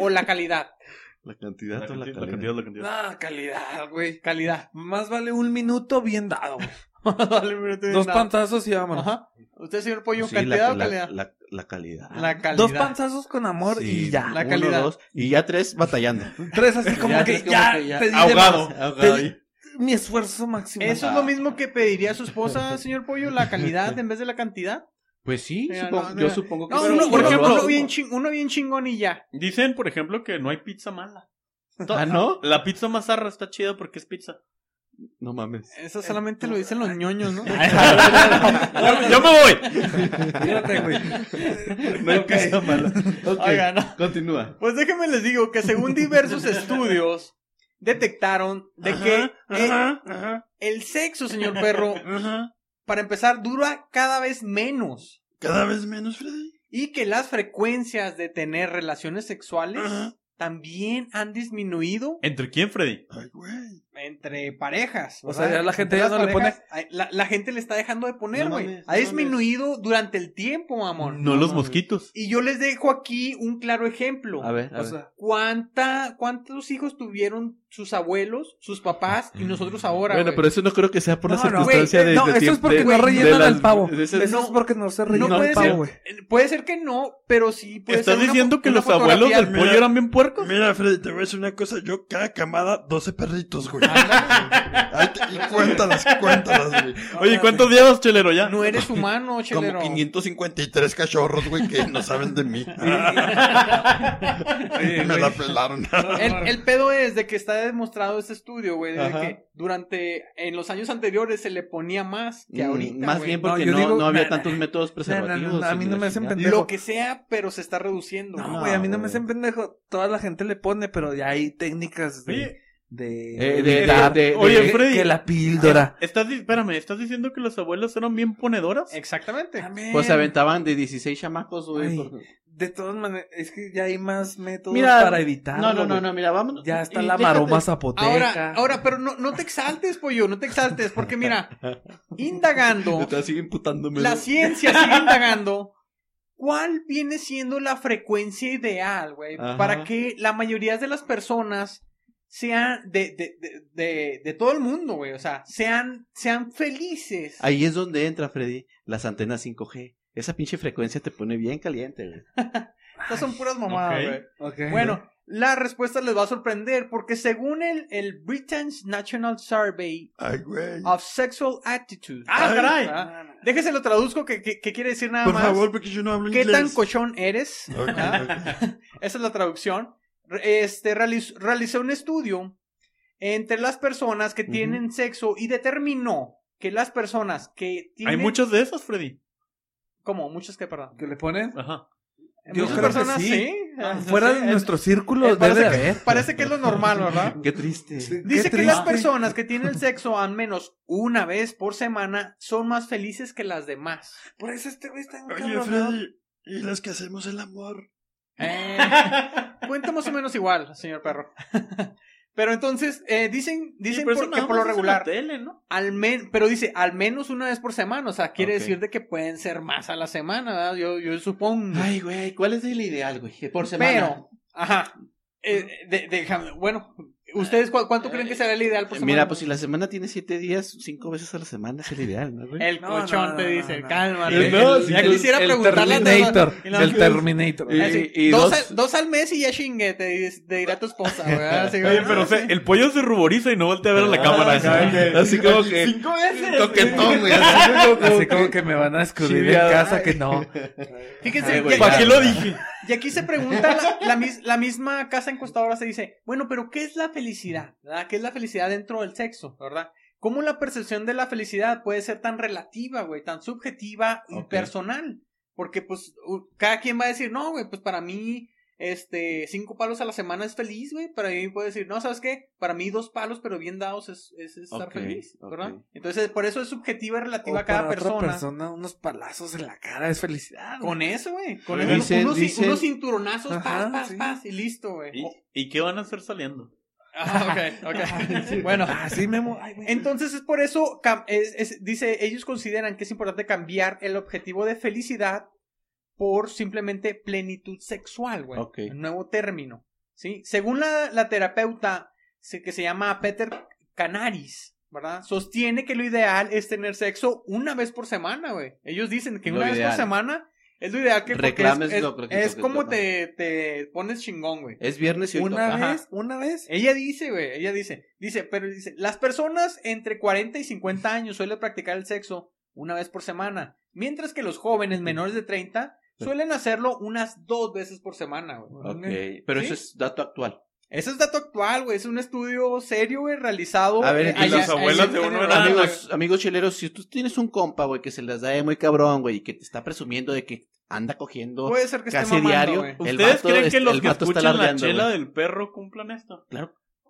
o la calidad? *laughs* La cantidad La o la cantidad, la calidad. cantidad, la cantidad. No, calidad, güey. Calidad. Más vale un minuto bien dado. güey. Vale, pero no tiene Dos nada. pantazos y vámonos. Ajá. ¿Usted, señor Pollo, Sí, cantidad la, o la- calidad? la- la calidad. La calidad. Dos panzazos con amor Sí, y ya. La uno, calidad. dos, y ya tres batallando. Tres así como Ya, que es como ya, que ya. pedí de Ahogado. más. Ahogado Pedí ahí. Mi esfuerzo máximo. ¿Eso es Ah. lo mismo que pediría su esposa, señor Pollo? ¿La calidad en vez de la cantidad? Pues sí, Mira, supongo- no, yo mira. supongo que No, sí. uno, por Pero ejemplo, lo- uno bien, chin- uno bien chingón y ya. Dicen, por ejemplo, que no hay pizza mala. Ah, ¿no? La pizza mazarra está chida porque *laughs* es pizza. No mames. Eso solamente lo dicen los ñoños, ¿no? ¡Ya, ya me voy! Fíjate, güey. No hay pizza mala. Ok, Oigan, no. Continúa. Pues déjenme les digo que según *laughs* diversos estudios detectaron de que eh, el sexo, señor perro, para empezar, dura cada vez menos Cada vez menos, Freddy. y que las frecuencias de tener relaciones sexuales Ajá. también han disminuido ¿Entre quién, Freddy? Ay, güey. entre parejas. O sea, ¿verdad? ya la gente Entre ya las no le parejas, ay, La, la gente le está dejando de poner, No güey. mames, ha no disminuido durante el tiempo, amor. No los mosquitos. Y yo les dejo aquí un claro ejemplo. A ver, a O ver. sea, ¿Cuánta, ¿Cuántos hijos tuvieron sus abuelos, sus papás y nosotros ahora? bueno, güey? pero eso no creo que sea por la No, no, circunstancia güey, de, no, de eso es tiempo- porque de- no de rellenan las- al pavo. de esas- Eso es porque no se rellena puede el pavo, ser. güey. Eh, Puede ser que no, pero sí puede ¿Estás ser una diciendo fo- que una los abuelos del fotografía. pollo eran bien puercos? Mira, Freddy, te voy a decir una cosa. Yo cada camada, 12 perritos, güey. Ah, Ay, te- y cuéntalas, cuéntalas, güey. Oye, ¿cuántos llevas, chelero, ya? No eres humano, chelero. Como *laughs* 553 cachorros, güey, que no saben de mí. Me la pelaron. El, el pedo es de que está demostrado este estudio, güey, de que durante en los años anteriores se le ponía más que Mm, ahorita, Más güey. bien No, porque yo no, digo- no había nah, tantos métodos No, preservativos. no, no, no, a mí no me hacen pendejo. pendejo. lo que sea, pero se está reduciendo. No, güey. güey, a mí no me güey. hacen pendejo. Toda la gente le pone, pero ya hay técnicas de, Oye, de... Eh, de- de- de- Oye, de- Freddy. Que la píldora. eh, Estás, di- espérame, ¿estás diciendo que las abuelas eran bien ponedoras? Exactamente. Pues se aventaban de 16 chamacos, güey. Ay, por- De todas maneras, es que ya hay más métodos Mira, para evitarlo. No, no, no, güey. no, mira, vámonos. Ya está Y la déjate- maroma zapoteca. Ahora, ahora, pero no, no te exaltes, pollo, no te exaltes, porque *laughs* mira, indagando, Te sigue Pues imputándome. la ciencia sigue indagando. ¿Cuál viene siendo la frecuencia ideal, güey? Ajá. Para que la mayoría de las personas sean de, de, de, de, de todo el mundo, güey. O sea, sean, sean felices. Ahí es donde entra, Freddy, las antenas 5G. Esa pinche frecuencia te pone bien caliente, güey. Estas son puras mamadas, Ok. güey. Ok. Bueno, la respuesta les va a sorprender porque según el, el Britain's National Survey Ay, güey. of Sexual Attitude. ¡Ah, caray! ¿verdad? Déjese lo traduzco que, que- que quiere decir nada Por más. favor, porque yo no hablo ¿Qué inglés. tan cochón eres? Ok, ¿Ah? Esa es la traducción. Re- Este realiz- realizó un estudio entre las personas que tienen sexo y determinó que las personas que Hay tienen muchas de esas, Freddy. como muchas que perdón. ¿Que le *laughs* ponen? Ajá. Yo muchas creo que personas sí. Ah, Fuera sí, de eh, nuestro círculo eh, parece debe de que- haber. Parece que es lo normal, ¿verdad? Qué triste. Sí, Dice qué que las triste. personas que tienen sexo al menos una vez por semana son más felices que las demás. Por eso este güey está en Oye, Freddy, ¿y las que hacemos el amor? Eh, *laughs* cuenta más o menos igual, señor perro. *laughs* Pero entonces, eh, dicen, *laughs* dicen pero eso por- que nada por lo más es en la regular, tele, ¿no? al men- pero dice al menos una vez por semana, o sea, quiere Ok. decir de que pueden ser más a la semana, ¿verdad? Yo, yo supongo. Ay, güey, ¿cuál es el ideal, güey? Eh, Por semana. pero, ajá. Eh, de- déjame- bueno, ¿ustedes cu- cuánto creen que será el ideal por Eh, semana? Mira, pues si la semana tiene siete días, cinco veces a la semana es el ideal, ¿no, güey? El No, no, colchón no, te no, dice, no. cálmate. No, Ya sí, quisiera el preguntarle a Terminator. todos- y nada El más- Terminator. Y- Así, y dos, dos- al, dos al mes y ya chingue, te, dice- te dirá tu esposa, güey. Así, Oye, güey, pero no, o sea, sí. Ah, el pollo se ruboriza y no voltea a ver a la cámara. acá, que- Así como que... Cinco veces. Toquetón, güey. Así como que me van a descubrir en casa que no. Fíjense, Ay, güey, y, aquí, ¿Para qué lo dije? y aquí se pregunta, la, la mis- la misma casa encuestadora se dice, bueno, pero ¿qué es la felicidad? ¿verdad? ¿Qué es la felicidad dentro del sexo? ¿Verdad? ¿Cómo la percepción de la felicidad puede ser tan relativa, güey? Tan subjetiva y Ok. personal. Porque, pues, u- cada quien va a decir, no, güey, pues para mí, este, cinco palos a la semana es feliz, güey. Para mí puede decir, no, ¿sabes qué? Para mí dos palos, pero bien dados es, es estar Ok, feliz, ¿verdad? ok. Entonces, por eso es subjetiva y O relativa para a cada otra persona. persona unos palazos en la cara es felicidad. güey. Con eso, güey. Con Dicen- eso, unos, dicen- unos cinturonazos, Ajá, paz, paz, sí. paz, y *laughs* listo, güey. ¿Y, y qué van a hacer saliendo? Ah, ok, *laughs* ok. bueno, Ah, *laughs* sí, Memo. Ay, güey. entonces es por eso, cam- es- es- dice, ellos consideran que es importante cambiar el objetivo de felicidad por simplemente plenitud sexual, güey. Ok. Un Nuevo término, ¿sí? Según la, la terapeuta se- que se llama Peter Canaris, ¿verdad? Sostiene que lo ideal es tener sexo una vez por semana, güey. Ellos dicen que Lo una vez por ideal. semana es lo ideal que porque Reclames es, es- lo que- lo que- es lo como que- te, te pones chingón, güey. Es viernes y hoy Una toca. vez, una vez. Ella dice, güey, ella dice, dice, pero dice, las personas entre 40 y 50 años suelen practicar el sexo una vez por semana, mientras que los jóvenes menores de 30 suelen hacerlo unas dos veces por semana, güey. Ok, pero ¿Sí? eso es dato actual. Ese es dato actual, güey, es un estudio serio, güey, realizado. A ver, eh, entonces, allá- los abuelos allá de en uno Irlanda, eran güey. amigos, amigos chileros, si tú tienes un compa, güey, que se las da de muy cabrón, güey, y que te está presumiendo de que anda cogiendo Puede ser que esté casi mamando, diario, güey. el ¿Ustedes vato creen es- que los el que vato está escuchan la largueando, chela güey? del perro cumplan esto?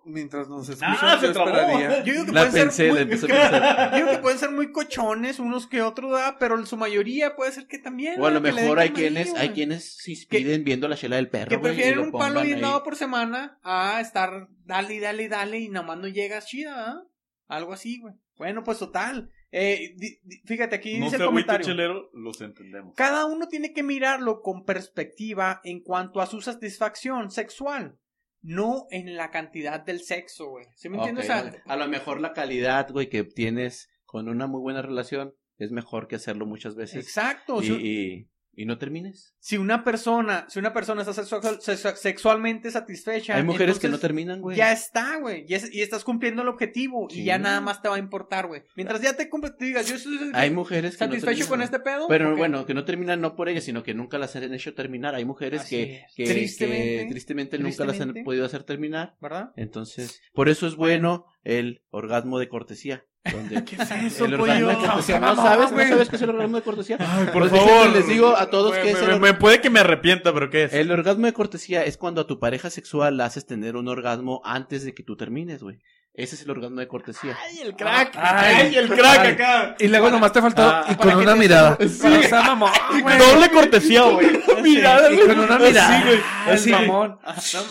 Mientras nos escuchan, Ah, yo se trabó. *laughs* esperaría. Yo digo que La pueden ser pensé, muy- la *laughs* empecé a pensar. Yo digo que pueden ser muy cochones unos que otros, ¿verdad? pero en su mayoría puede ser que también. O a lo ¿verdad? que le mejor den hay quienes, camarillo, hay güey. quienes se inspiren viendo la chela del perro. Que güey, y prefieren lo un palo pongan y un ahí. dado por semana a estar dale y dale y dale y nomás no llegas chida, ¿ah? Algo así, güey. Bueno, pues total. Eh, di- di- fíjate aquí No dice se el agüite comentario. chelero, los entendemos. Cada uno tiene que mirarlo con perspectiva en cuanto a su satisfacción sexual, no en la cantidad del sexo, güey. ¿Sí me entiendes? Ok, O sea, A lo mejor la calidad, güey, que obtienes con una muy buena relación es mejor que hacerlo muchas veces. exacto. Y, Si, y- y no termines. si una persona, si una persona está sexual- sexu- sexualmente satisfecha, Hay mujeres que no entonces- terminan, güey. Ya está, güey. Y, es- y estás cumpliendo el objetivo. Y Sí. ya nada más te va a importar, güey. Mientras ya te cumples, te digas, yo estoy Hay mujeres que no satisfecho terminan, con güey. este pedo. Pero ok. bueno, que no terminan no por ellas, sino que nunca las han hecho terminar. Hay mujeres Así que, es. que- que Tristemente, tristemente nunca las han tristemente. podido hacer terminar. ¿Verdad? Entonces, por eso es bueno el orgasmo de cortesía. *laughs* Donde ¿Qué es eso, el pollo? orgasmo de cortesía. ¿No sabes, ¿No sabes qué es el orgasmo de cortesía? Ay, Pues por favor. déjenme les digo a todos Me- que es me- el or- me puede que me arrepienta, pero ¿qué es? El orgasmo de cortesía es cuando a tu pareja sexual la haces tener un orgasmo antes de que tú termines, güey. Ese es el orgasmo de cortesía. *laughs* ¡Ay, el crack! Ah, Ay. ¡Ay, el crack Ay. acá! Y luego nomás te faltó. Ah, y con una *laughs* mirada. Sí. O sea, mamón, güey. Doble cortesía, *laughs* güey. Mirada, Sí, güey. con una Así, mirada. güey. Es Así. mamón.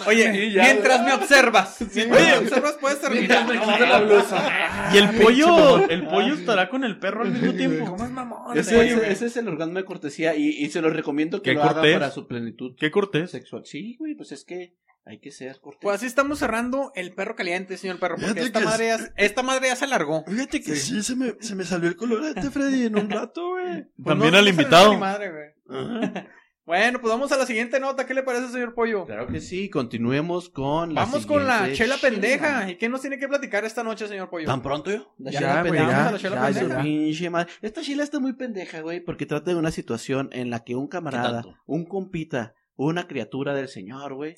Oye, mientras me observas. Mientras Oye. me observas, puedes terminar. Y el pollo, el pollo estará con el perro al mismo tiempo. ¿Cómo es mamón? Ese, ese- ese es el orgasmo de cortesía y, y se los recomiendo que ¿Qué lo cortés? haga para su plenitud *laughs* ¿Qué cortés? sexual. Sí, güey, pues es que hay que ser cortés. Pues así estamos cerrando el perro caliente, señor perro. Porque Fíjate esta que es- madre, ya, esta madre ya se alargó. Fíjate que sí, se, me, se me salió el colorete, Freddy, en un rato, güey. Pues También no- no se al le invitado. hizo ni madre, güey. *laughs* Bueno, pues vamos a la siguiente nota. ¿Qué le parece, señor pollo? Claro que sí, continuemos con la Vamos con la siguiente chela chela. pendeja. ¿Y qué nos tiene que platicar esta noche, señor pollo? ¿Tan pronto yo? La Ya, chela güey, Vamos a pendeja. ya, la chela ya, Su pendeja. ya. pinche madre. Esta chila está muy pendeja, güey, porque trata de una situación en la que un camarada, un compita, una criatura del señor, güey,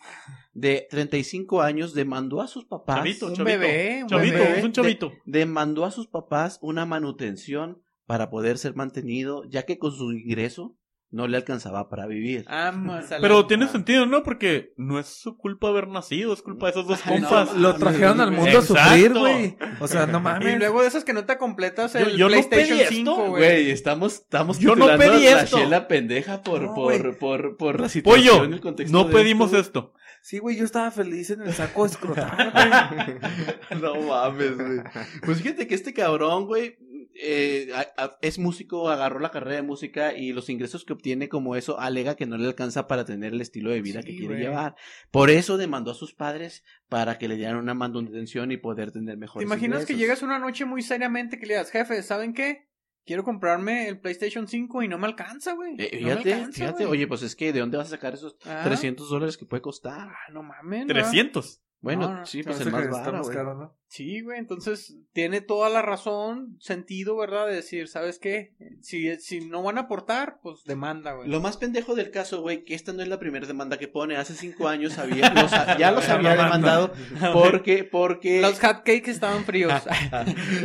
de 35 años demandó a sus papás. Chavito, Un chavito. bebé, un Chavito, bebé. es un chavito. demandó a sus papás una manutención para poder ser mantenido, ya que con su ingreso no le alcanzaba para vivir. Ah, Vamos a la- Pero tiene sentido, ¿no? Porque no es su culpa haber nacido, es culpa de esos dos compas. Lo trajeron al mundo a sufrir, Exacto. güey. O sea, no Y mames. luego de esas que no te completas el Yo- yo no PlayStation pedí esto, 5, güey. Güey, este, estamos, estamos Yo no titulando pedí la esto. chela pendeja por, No, por, por, por la situación, Pollo, el contexto no de pedimos esto, esto. Sí, güey, yo estaba feliz en el saco escrotal. *laughs* No mames, güey. Pues fíjate que este cabrón, güey, eh, a- a- es músico, agarró la carrera de música y los ingresos que obtiene como eso alega que no le alcanza para tener el estilo de vida que quiere llevar. Por eso demandó a sus padres para que le dieran una manutención y poder *laughs* tener ¿Te mejores imaginas que ingresos. llegas una noche muy seriamente que le digas, jefe, ¿saben qué? Quiero comprarme el PlayStation 5 y no me alcanza, güey. Eh, No me fíjate, alcanza, fíjate, güey. oye, pues es que ¿de dónde vas a sacar esos Ah, 300 dólares que puede costar? ah, no mames. no. 300. Bueno, No, no, sí, Se pues me el hace más que está barato, más güey. caro, ¿no? Sí, güey, entonces tiene toda la razón, sentido, ¿verdad? De decir, ¿sabes qué? Si, si no van a aportar, pues demanda, güey. Lo más pendejo del caso, güey, que esta no es la primera demanda que pone. Hace cinco años había, los ha- *laughs* ya los había *laughs* demandado porque, porque... Los hotcakes estaban *laughs* fríos.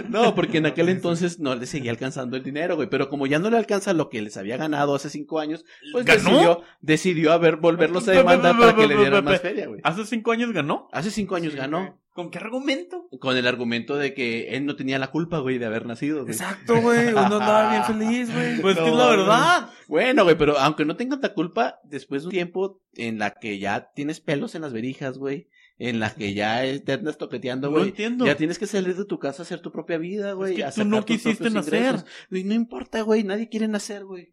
No, porque en aquel entonces no le seguía alcanzando el dinero, güey. Pero como ya no le alcanza lo que les había ganado hace cinco años, pues ¿Ganó? decidió, decidió a ver, volverlos a demandar para que le dieran más feria, güey. Hace cinco años ganó. Hace cinco años ganó ¿Con qué argumento? con el argumento de que él no tenía la culpa, güey, de haber nacido, güey. Exacto, *laughs* güey. Uno *laughs* andaba bien feliz, güey. Pues que es la verdad. Bueno, güey, pero aunque no tengan la culpa, después de un tiempo en la que ya tienes pelos en las verijas, güey, en la que ya eh, te andas toqueteando, No güey. entiendo. Ya tienes que salir de tu casa a hacer tu propia vida, güey. que a tú sacar no tus quisiste propios nacer. ingresos. Y no importa, güey, nadie quiere nacer, güey.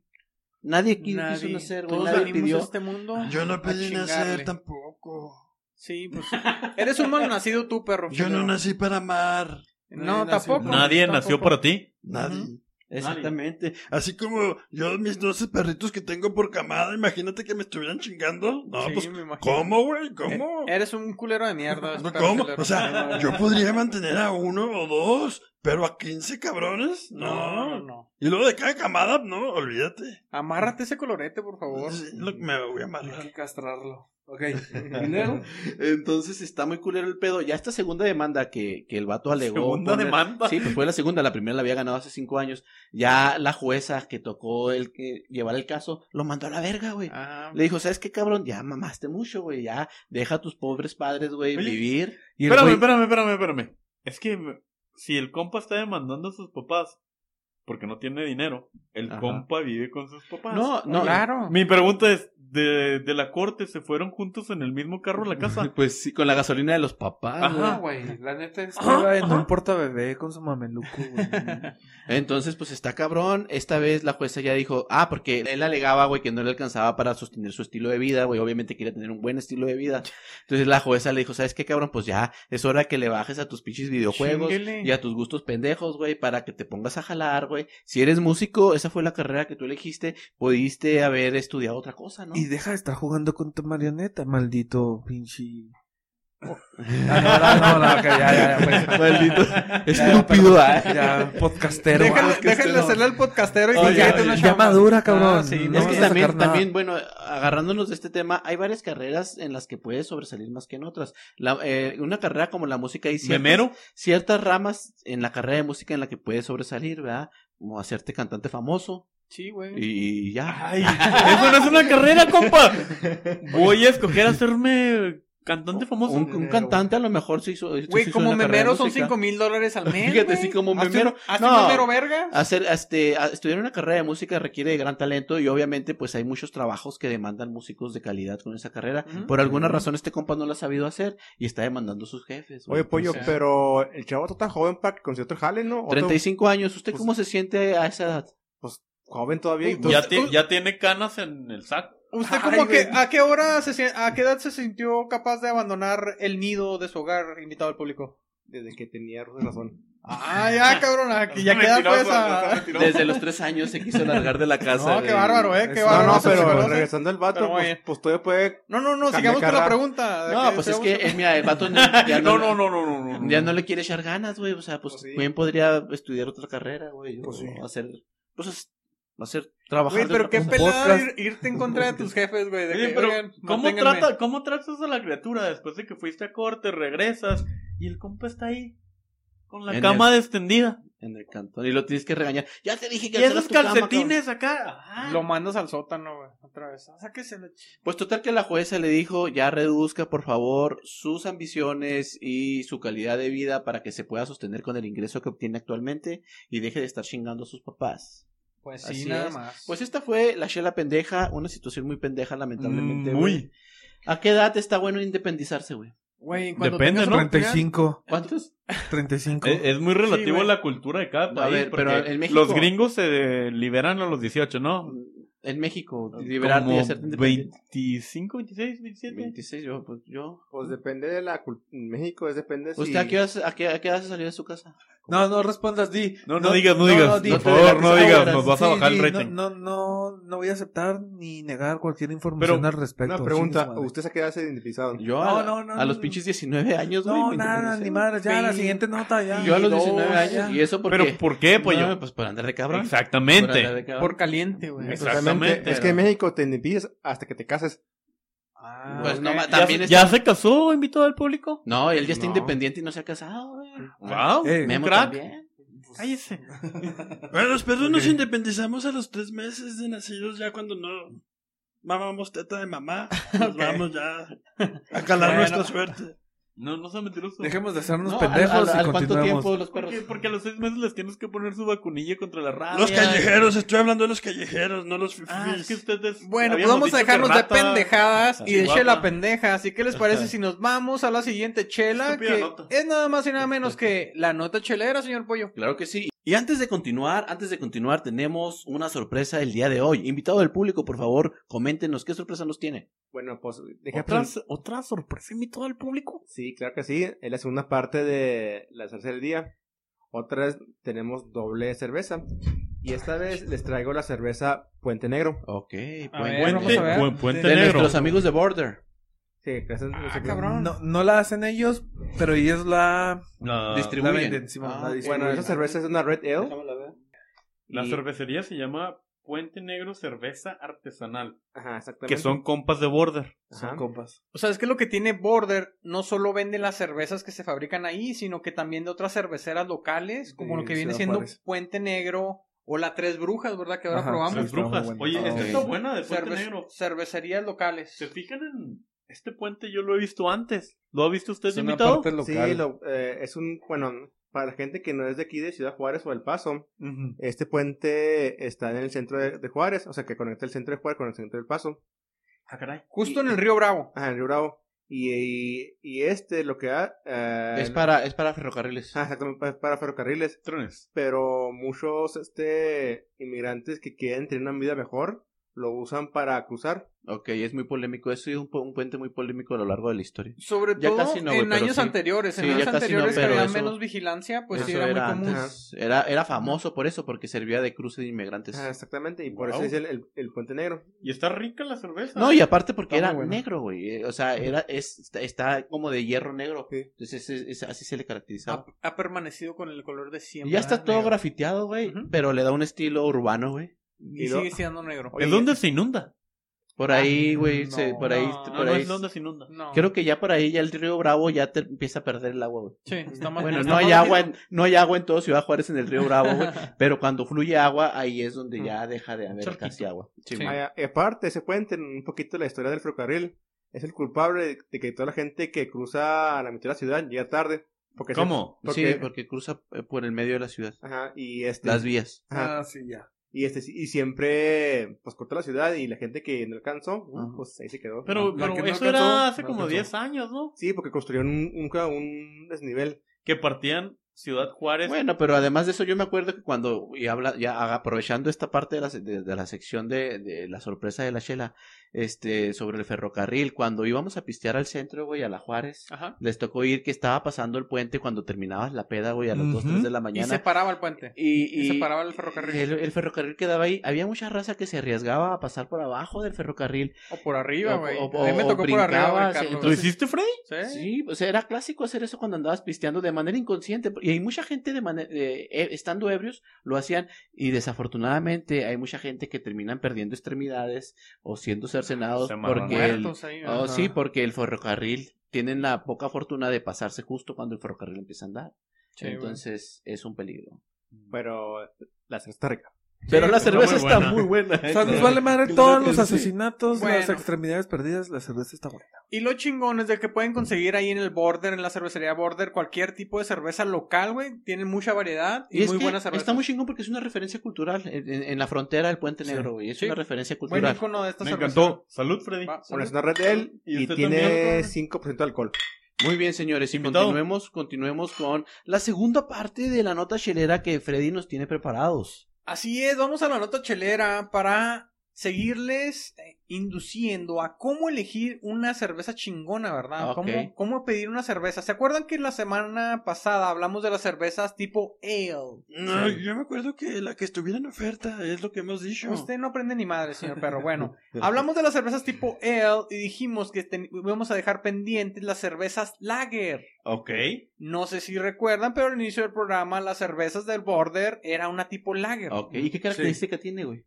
Nadie, qui- quiso Nadie. nacer, güey. Todos Nadie venimos pidió. a este mundo. *laughs* Yo no a pedí chingarle. nacer tampoco. Sí, pues. Eres un malnacido tú, perro. Yo no nací para amar. No, Nadie nació- tampoco. Nadie nació Tampoco. para ti. Nadie. Exactamente. Así como yo mis 12 perritos que tengo por camada, imagínate que me estuvieran chingando. No, Sí, Eh, pues, me imagino. ¿cómo, güey? ¿Cómo? Eres un culero de mierda. No, perro ¿Cómo? culero. O sea, yo podría mantener a uno o dos, pero a 15 cabrones, No, no, no. no. Y luego de cada camada, no, olvídate. Amárrate ese colorete, por favor. Sí, lo- Me voy a amarrar. Hay que castrarlo. *laughs* Ok. ¿Y luego? Entonces está muy culero el pedo. Ya esta segunda demanda que, que el vato alegó. Segunda poner- demanda. Sí, pues fue la segunda, la primera la había ganado hace cinco años. Ya la jueza que tocó el que llevar el caso lo mandó a la verga, güey. Ah, Le dijo, ¿sabes qué, cabrón? Ya mamaste mucho, güey. Ya deja a tus pobres padres, güey, Oye. vivir. Y el Espérame, güey- espérame, espérame, espérame. Es que me- si el compa está demandando a sus papás porque no tiene dinero, el Ajá. compa vive con sus papás. No, no. claro. Mi pregunta es, ¿de, de la corte se fueron juntos en el mismo carro a la casa? *laughs* Pues sí, con la gasolina de los papás. Ajá. güey. Ah, No, güey. La neta es que iba en un portabebé con su mameluco, güey. Entonces, pues está cabrón. Esta vez la jueza ya dijo, ah, porque él alegaba, güey, que no le alcanzaba para sostener su estilo de vida, güey. Obviamente quería tener un buen estilo de vida. Entonces la jueza le dijo, ¿sabes qué, cabrón? Pues ya es hora que le bajes a tus pinches videojuegos Chínguele. y a tus gustos pendejos, güey, para que te pongas a jalar, güey. Si eres músico, esa fue la carrera que tú elegiste, pudiste haber estudiado otra cosa, ¿no? Y deja de estar jugando con tu marioneta, maldito pinche *laughs* Ah, no, no, no, no, ok, ya, ya, ya, pues. Maldito. Ya, Estúpido, ya, ah. perdón. Ya, podcastero. Déjale, güey. déjale hacerle al podcastero y Oye, consíguete ya, una ya chamba. madura, cabrón. Ah, sí, No es vas que a sacar también, nada. también, bueno, agarrándonos de este tema, hay varias carreras en las que puedes sobresalir más que en otras. La- eh, una carrera como la música hay ciertas, Memero. ciertas ramas en la carrera de música en la que puedes sobresalir, ¿verdad? Como hacerte cantante famoso Sí, güey. y, y ya. Ay, eso no es una carrera, compa. Voy a escoger hacerme cantante famoso. Un, un cantante a lo mejor se hizo. se Güey, hizo como una carrera de memero son música. 5 mil dólares al mes. Fíjate, güey. sí, como Hazte un- memero. Hazte No. un memero verga. Hacer, este, a- estudiar una carrera de música requiere de gran talento y obviamente pues hay muchos trabajos que demandan músicos de calidad con esa carrera. Ujú. Por alguna razón este compa no la ha sabido hacer y está demandando a sus jefes. güey. Oye, pollo, Entonces, pero el chavo está tan joven para que consiga otro jale, ¿no? Otro 35 años, ¿usted Pues- cómo se siente a esa edad? joven todavía. y tú- Ya, pues, ti- ya tiene canas en el saco. ¿Usted Ay, como que güey. a qué hora se sien- a qué edad se sintió capaz de abandonar el nido de su hogar invitado al público? Desde que tenía razón. Ah, ya, cabrón, aquí *laughs* ya queda Mentiroso, pues no a... se retiró. Desde los 3 años se quiso largar de la casa. No, qué bárbaro, eh, qué Es- No, bárbaro. no, se pero conoce. regresando al vato, Pero muy pues, bien. pues todavía puede. No, no, no, Cambia sigamos con la carrera. pregunta. No, pues es que, eh, mira, el vato no- *laughs* ya No, no, no, no, no, no, no. ya no le quiere echar ganas, güey. O sea, pues, Pues sí. bien podría estudiar otra carrera, güey. o hacer, pues, es- hacer trabajar. Güey, de pero otra qué cosa. pelada ir- irte en contra de tus jefes, güey. de Oye, que, pero oigan, ¿Cómo, manténganme. trata, ¿Cómo tratas a la criatura después de que fuiste a corte, regresas y el compa está ahí con la En cama destendida? En el cantón. Y lo tienes que regañar. Ya te dije que Y esos alzaras tu cama, calcetines acá. Ah, Lo mandas al sótano, güey, otra vez. Ah, sáquese la ch- cabrón. Pues total que la jueza le dijo, ya reduzca por favor sus ambiciones y su calidad de vida para que se pueda sostener con el ingreso que obtiene actualmente y deje de estar chingando a sus papás. Pues sí, Así nada es. más. Pues esta fue la chela pendeja, una situación muy pendeja lamentablemente. Mm, güey. ¿A qué edad está bueno independizarse, güey? Güey, cuando Depende, tengas ¿no? oportunidad- 35, ¿Cuántos? 35. Es, es muy relativo güey. la cultura de cada A país. ver, pero porque en México- Los gringos se eh, liberan a los 18, ¿no? En México, liberarte y Como hacerte independiente. 25, 26, 27. 26, yo, pues yo. Pues depende de la cultura. México es depende. si- ¿Usted a qué hora se- a qué- a qué hora se salió de su casa? No, no respondas, di. No, no digas, no digas. di. no te por favor, no adelantes digas. ahora. Nos vas a Sí, bajar el di, rating. No, no, no, no voy a aceptar ni negar cualquier información Pero, al respecto. Una chingue pregunta, su madre. ¿usted se queda independizado? Yo No, a, no, no, a los no. pinches 19 años, güey, No, me nada, independicé. ni madre. Ya, la siguiente nota, ya. Yo a los 19 No, años. ya. ¿Y eso porque Pero ¿por qué, pues No, yo? pues por andar de cabrón. Por andar Exactamente. de cabrón. Por caliente, güey. Exacto. Exactamente. Exactamente. Es que en México te independizas hasta que te cases. Ah, Pues no, ok. ma- ¿Ya, también se- está- ya se casó, invitado al público? No, él ya está No. independiente y no se ha casado, güey. Wow, Eh, un Memo crack. también. Cállese. Bueno, los perros nos independizamos a los tres meses de nacidos ya cuando no mamamos teta de mamá. Nos vamos ya a calar Bueno. nuestra suerte. No, no sea mentiroso. Dejemos de hacernos No, pendejos al- al- y al cuánto continuemos. tiempo los perros? Porque, porque a los seis meses les tienes que poner su vacunilla contra la rabia. Los callejeros, estoy hablando de los callejeros, no los fifís. Ah, es que ustedes. Bueno, pues habíamos vamos a dicho que dejarnos de rata- pendejadas y así de guapa. chela pendeja. Así que les parece Ajá. si nos vamos a la siguiente chela, Estúpida que nota. es nada más y nada menos que la nota chelera, señor Pollo. Claro que sí. Y antes de continuar, antes de continuar, tenemos una sorpresa el día de hoy. Invitado del público, por favor, coméntenos qué sorpresa nos tiene. Bueno, pues dejé ¿Otra, otra sorpresa invitado al público. Sí, claro que sí. Es la segunda parte de la salsa del día. Otra vez tenemos doble cerveza. Y esta vez les traigo la cerveza Puente Negro. Ok, A buen- ver, buen vamos Puente, a ver. pu- puente De negro. nuestros amigos de Border. Sí, gracias. no Ah, sé qué- cabrón. No, no la hacen ellos, pero ellos la, La, la Distribuyen. venden. Simón, Ah, la Bueno, distribuyen. esa cerveza es una Red Ale. la y- cervecería se llama Puente Negro Cerveza Artesanal. Ajá, exactamente. Que son compas de border. Ajá. Son compas. O sea, es que lo que tiene Border no solo vende las cervezas que se fabrican ahí, sino que también de otras cerveceras locales, como lo Sí, que Ciudad viene siendo Juárez. Puente Negro o la Tres Brujas, ¿verdad? Que ahora Ajá, probamos. Las está muy brujas. buena. Oye, Ah, esta ok. está buena de Puente Cerve- Negro. cervecerías locales. ¿Se fijan en este puente? Yo lo he visto antes. ¿Lo ha visto usted Es una invitado? parte local. Sí, lo- eh, es un, bueno, para la gente que no es de aquí de Ciudad Juárez o El Paso, Ujú. este puente está en el centro de, de Juárez, o sea que conecta el centro de Juárez con el centro del Paso, Ah, caray. Justo en el Río Bravo. ajá, en Río Bravo. Y, y, y este lo que da... eh, Es para, es para ferrocarriles. ah, exactamente, pa- para ferrocarriles, Trones. pero muchos este inmigrantes que quieren tener una vida mejor lo usan para cruzar. Ok, es muy polémico. Eso es un, pu- un puente muy polémico a lo largo de la historia. Sobre Ya todo casi no, güey, en pero años sí. anteriores, en Sí, ya años casi no, anteriores que pero había eso- menos vigilancia, pues sí eso era, era muy común. antes. Era, era famoso por eso, porque servía de cruce de inmigrantes. Ah, exactamente, y por Wow. eso es el, el- el puente negro. Y está rica la cerveza. No, y aparte porque Está era muy bueno. negro, güey. eh, O sea, era, es, está, está como de hierro negro. Sí. Entonces es- es- así se le Ha, caracterizaba. ha permanecido con el color de siempre. Y ya está ¿verdad? todo Negro. grafiteado, güey. Ujú. Pero le da un estilo urbano, güey. Y, Y lo- sigue siendo negro. ¿En dónde se inunda? Por ahí, güey. no, se- por ahí. no, No, por no ahí es donde se inunda. No. Creo que ya por ahí ya el río Bravo ya te empieza a perder el agua, güey. Sí, está más Bueno, está no hay más agua, bien. en, no hay agua en todo Ciudad Juárez en el río Bravo, *laughs* güey. pero cuando fluye agua, ahí es donde ya deja de haber Charquito. casi agua. Mm. Sí, Sí. güey. Ah, y aparte, ese puente, un poquito la historia del ferrocarril, es el culpable de, de que toda la gente que cruza la mitad de la ciudad llega tarde. Porque se- ¿Cómo? porque- Sí, porque cruza eh, por el medio de la ciudad. Ajá, y este... Las vías. ajá, Ah, sí, ya. y este, y siempre, pues, cortó la ciudad y la gente que no alcanzó, uh, Ajá. pues, ahí se quedó. Pero, La pero que no eso alcanzó, era hace no como alcanzó. 10 años, ¿no? Sí, porque construyeron un, un, un desnivel. Que partían Ciudad Juárez. Bueno, pero además de eso, yo me acuerdo que cuando, y habla, ya haga- aprovechando esta parte de la, se- de, de la sección de, de la sorpresa de la Shela, este, sobre el ferrocarril, cuando íbamos a pistear al centro, güey, a la Juárez, Ajá. les tocó ir que estaba pasando el puente cuando terminabas la peda, güey, a las 2, Ujú. 3 de la Y mañana. Eh, se paraba el puente. Y, Y, y- se paraba el ferrocarril. El, el ferrocarril quedaba ahí. Había mucha raza que se arriesgaba a pasar por abajo del ferrocarril. O por arriba, o- güey. o- o- A mí me o tocó por arriba, güey, brincabas, eh, Carlos. ¿Lo hiciste, Freddy? ¿Sí? Sí, o sea, era clásico hacer eso cuando andabas pisteando de manera inconsciente. Y hay mucha gente de manera, estando ebrios, lo hacían. Y desafortunadamente hay mucha gente que terminan perdiendo extremidades o siendo cercenados Se amarran porque el, Muertos ahí, oh, ajá. sí, porque el ferrocarril tienen la poca fortuna de pasarse justo cuando el ferrocarril empieza a andar. Sí, güey. Entonces es un peligro. Pero la cerveza está rica. Pero la pues, está cerveza muy está buena. muy *laughs* buena. ¿eh? O sea, nos vale madre todos los asesinatos, las Bueno. extremidades perdidas, la cerveza está buena. Y lo chingón es de que pueden conseguir ahí en el border, en la cervecería border, cualquier tipo de cerveza local, güey. Tienen mucha variedad y, es muy que buena cerveza. Está muy chingón porque es una referencia cultural en, en- en la frontera del Puente Sí. Negro, güey. Es Sí. una referencia Buen cultural. icono de esta Me cerveza. encantó. Salud, Freddy. Va, Bueno, salud. es una red de él ¿Y y usted tiene también? 5% de alcohol. Muy bien, señores. Y Invitado. continuemos, continuemos con la segunda parte de la nota chelera que Freddy nos tiene preparados. Así es, vamos a la nota chelera para seguirles eh, induciendo a cómo elegir una cerveza chingona, ¿verdad? Ah, Ok. Cómo, cómo pedir una cerveza. ¿Se acuerdan que la semana pasada hablamos de las cervezas tipo ale? No, yo me acuerdo que la que estuviera en oferta es lo que hemos dicho. Usted no aprende ni madre, señor perro. Bueno, hablamos de las cervezas tipo ale y dijimos que ten- íbamos a dejar pendientes las cervezas lager. Ok. No sé si recuerdan, pero al inicio del programa las cervezas del border era una tipo lager. Ok. ¿Y qué característica tiene, güey?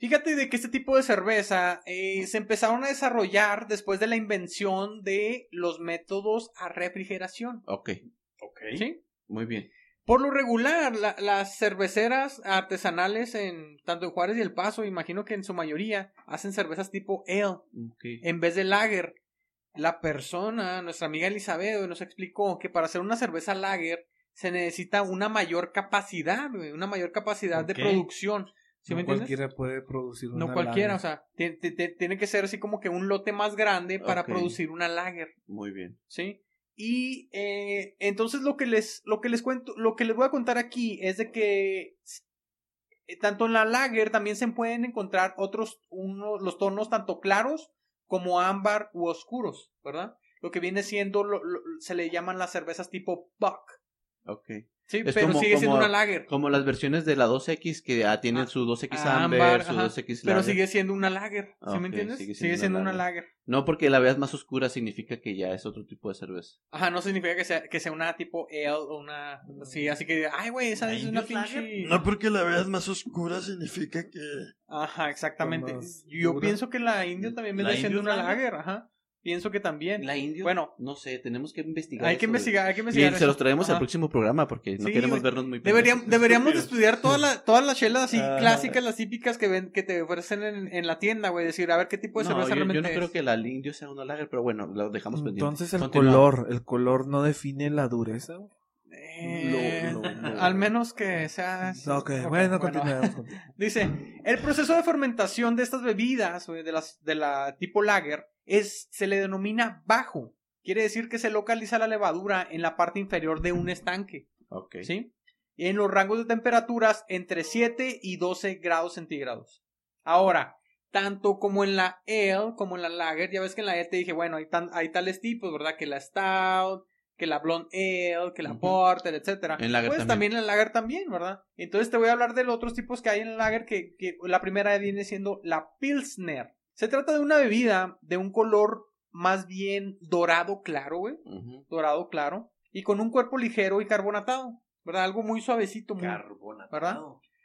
Fíjate de que este tipo de cerveza eh, se empezaron a desarrollar después de la invención de los métodos a refrigeración. Ok. Ok. ¿sí? Muy bien. Por lo regular, la- las cerveceras artesanales en tanto en Juárez y El Paso, imagino que en su mayoría hacen cervezas tipo ale Ok. en vez de lager. La persona, nuestra amiga Elizabeth, nos explicó que para hacer una cerveza lager se necesita una mayor capacidad, güey, una mayor capacidad Ok. de producción. ¿Sí no me entiendes? cualquiera puede producir una No cualquiera, lana. o sea, ti- ti- ti- tiene que ser así como que un lote más grande para Ok. producir una lager, Muy bien. ¿sí? Y eh, entonces lo que les lo que les cuento, lo que les voy a contar aquí es de que s- eh, tanto en la lager también se pueden encontrar otros unos los tonos tanto claros como ámbar u oscuros, ¿verdad? Lo que viene siendo lo- lo- se le llaman las cervezas tipo buck, Ok. sí, Es pero como- sigue siendo como- una lager, Como las versiones de la 2X que ah, tienen Ah, su 2X Amber, ámbar, su ajá, 2X pero Lager. sigue siendo una lager, ¿sí Ok, me entiendes? sigue Sigue siendo siendo, una una lager. lager. No porque la veas más oscura significa que ya es otro tipo de cerveza. Ajá, no significa que sea, que sea una tipo ale o una. Sí, así que. Ay, güey, esa es una pinche. No porque la verdad más oscura significa que... Ajá, exactamente. Con más Yo dura. pienso que la India también ¿La viene siendo India una es lager? lager, ajá. Pienso que también. La indio. Bueno. no sé, tenemos que investigar. Hay que eso, güey. investigar, hay que Y investigar. se eso. los traemos al Ajá. próximo programa porque no Sí, queremos güey. vernos muy *laughs* Deberíamos, pendejos. deberíamos de estudiar todas las todas las chelas así clásicas, las típicas que ven, que te ofrecen en, en la tienda, güey. Decir, a ver qué tipo de no, cerveza yo, yo realmente no creo es. que la indio sea una lager, pero bueno, lo dejamos pendiente. Entonces el Continuamos. color, el color no define la dureza. Eh, Lo- lo- lo- Al menos que sea. Ok, Ok, bueno, *laughs* continuemos. Dice, el proceso de fermentación de estas bebidas, güey, de, las, de la tipo lager, es, se le denomina bajo. Quiere decir que se localiza la levadura en la parte inferior de un estanque, Ok. ¿sí? En los rangos de temperaturas entre 7 y 12 grados centígrados. Ahora, tanto como en la ale, como en la lager. Ya ves que en la ale te dije, bueno, hay, tan, hay tales tipos, ¿verdad? Que la stout, que la blonde ale, que la Ujú. porter, etcétera. En lager pues también. también. en la lager también, ¿verdad? Entonces te voy a hablar de los otros tipos que hay en la lager, que, que la primera viene siendo la pilsner. Se trata de una bebida de un color más bien dorado claro, güey Ujú. dorado claro y con un cuerpo ligero y carbonatado, ¿verdad? Algo muy suavecito, muy, Carbonatado. ¿verdad?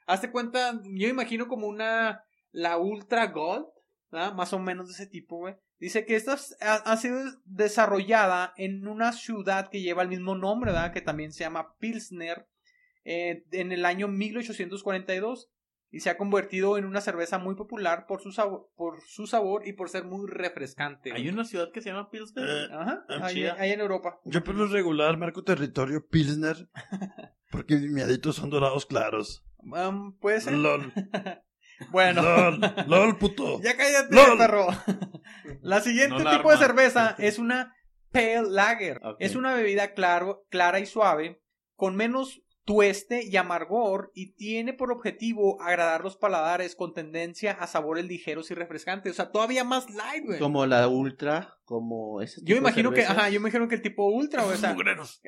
Hazte cuenta, yo imagino como una la Ultra Gold, ¿verdad? más o menos de ese tipo, güey. Dice que esta s- ha, ha sido desarrollada en una ciudad que lleva el mismo nombre, ¿verdad? Que también se llama Pilsner, eh, en el año 1842 y se ha convertido en una cerveza muy popular por su sabor, por su sabor y por ser muy refrescante. güey. Hay una ciudad que se llama Pilsner. Eh, Ajá, Ah, ahí- chida. pues, ahí en Europa. Yo por lo regular marco territorio Pilsner porque mis miaditos son dorados claros. Um, puede ser. LOL. Bueno, LOL. LOL, puto. *laughs* ya cállate, LOL. perro. *laughs* La siguiente No la tipo de arma. cerveza es una pale lager. Ok. Es una bebida claro, clara y suave, con menos tueste y amargor y tiene por objetivo agradar los paladares con tendencia a sabores ligeros y refrescantes. O sea, todavía más light, güey. Como la ultra, como ese tipo Yo de imagino que, cervezas. ajá, yo me imagino que el tipo ultra, güey, o sea, *laughs*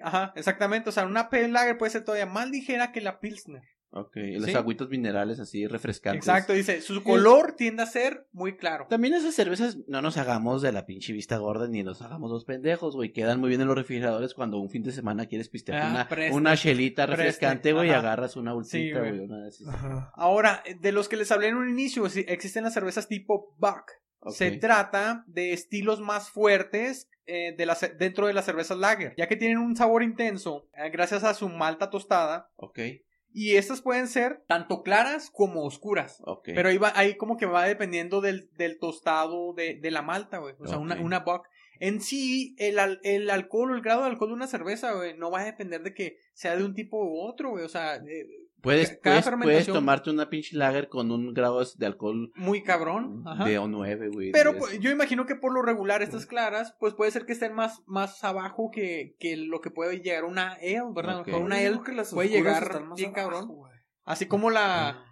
ajá, exactamente, o sea, una pale lager puede ser todavía más ligera que la pilsner. Ok, los Sí. agüitos minerales así refrescantes. Exacto, dice, su color tiende a ser muy claro. También esas cervezas no nos hagamos de la pinche vista gorda ni nos hagamos los pendejos, güey. Quedan muy bien en los refrigeradores cuando un fin de semana quieres pistear Ah, una, preste. una chelita Preste, refrescante, güey, y ajá. agarras una Sí, ultita, güey. güey. una de esas. Ajá. Ahora, eh, de los que les hablé en un inicio, sí, existen las cervezas tipo Buck. Ok. Se trata de estilos más fuertes eh, de las- dentro de las cervezas lager, ya que tienen un sabor intenso eh, gracias a su malta tostada. Ok, Y estas pueden ser tanto claras como oscuras. ok. Pero ahí, va- ahí como que va dependiendo del, del tostado de, de la malta, güey. O sea, una, Ok. una Buck. En sí, el, al- el alcohol o el grado de alcohol de una cerveza, güey, no va a depender de que sea de un tipo u otro, güey. O sea, eh, puedes, ca- cada puedes- puedes fermentación- tomarte una pinche lager con un grado de alcohol muy cabrón. Ajá. de O9, güey. Pero de pues, eso. yo imagino que por lo regular estas claras, pues puede ser que estén más, más abajo que, que lo que puede llegar una ale, ¿verdad? A lo Ok. mejor una ale puede llegar bien cabrón. Así como la... Ah,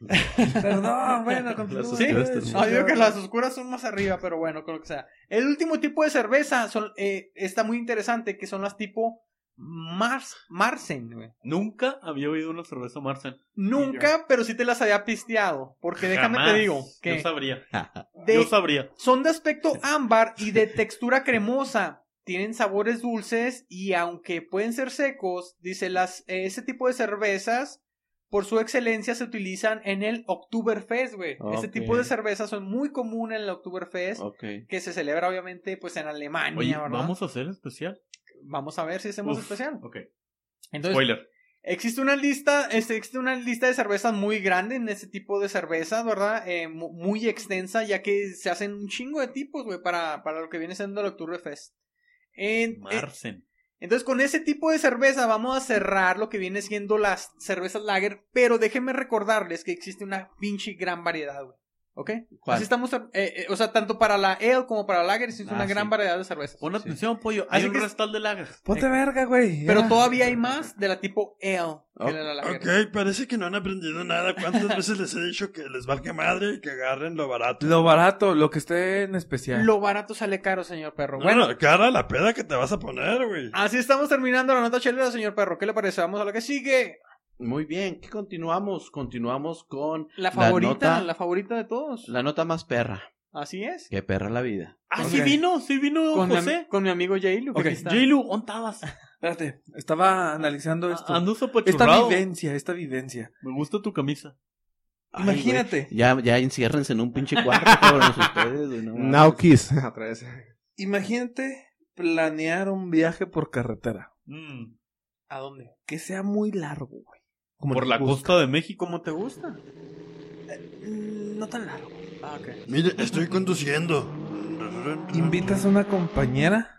*laughs* Perdón, bueno, continúa. Sí, pues, no, digo que las oscuras son más arriba, pero bueno, con lo que sea. El último tipo de cerveza son, eh, está muy interesante, que son las tipo Mars, Marsen, güey. Nunca había oído una cerveza Marcen. Nunca, pero sí te las había pisteado, porque Eh, déjame Jamás. te digo Yo que sabría. de- Yo sabría. Son de aspecto ámbar y de textura cremosa. Tienen sabores dulces y aunque pueden ser secos, dice las eh, ese tipo de cervezas por su excelencia se utilizan en el Oktoberfest, güey. Este Ok. tipo de cervezas son muy comunes en el Oktoberfest Ok. que se celebra obviamente pues en Alemania, Oye, ¿verdad? Vamos... vamos a hacer especial. a ver si hacemos Uf, pues, especial. Ok. Entonces, Spoiler. Existe una lista, este, existe una lista de cervezas muy grande en este tipo de cervezas, ¿verdad? Eh, mu- muy extensa, ya que se hacen un chingo de tipos, güey, para, para lo que viene siendo el Oktoberfest. En- eh, Marcen. entonces, con ese tipo de cerveza vamos a cerrar lo que viene siendo las cervezas lager, pero déjenme recordarles que existe una pinche gran variedad, güey. ¿Ok? ¿Cuál? Así estamos, eh, eh, o sea, tanto para la ale como para la lager existe Ah, una gran sí. variedad de cervezas. Pon Sí. atención, pollo. Así Hay un que- restal de lager. Ponte verga, güey. Eh, Pero ya. todavía hay más de la tipo ale que de la lager. Oh, Ok, parece que no han aprendido nada. ¿Cuántas veces les he dicho que les valga madre y que agarren lo barato? Lo barato, lo que esté en especial. Lo barato sale caro, señor perro. No, bueno, la cara, la peda que te vas a poner, güey. así estamos terminando la nota chelera, señor perro. ¿Qué le parece? Vamos a lo que sigue. Muy bien, ¿qué continuamos? Continuamos con La favorita, la, nota- favorita de todos. la nota más perra. Así es. Que perra la vida. Ah, Ok. sí vino, sí vino Con, mi, am- José. con mi amigo Jailu. que Ok, aquí está. Jailu, ¿dónde estabas? Espérate, estaba analizando esto. Ah, Ando Esta sopachurrado. vivencia, esta vivencia. Me gusta tu camisa. Ay, Imagínate. güey, ya, ya enciérrense en *laughs* un pinche cuarto, cabrones, ustedes, güey, no mames. Now Kiss. *laughs* Otra vez. Imagínate planear un viaje por carretera. Mm, ¿A dónde? Que sea muy largo, güey. Como por te la gusta. costa de México. ¿Cómo te gusta? Mm, No tan largo. Ah, ok. Mire, estoy conduciendo. Invitas a una compañera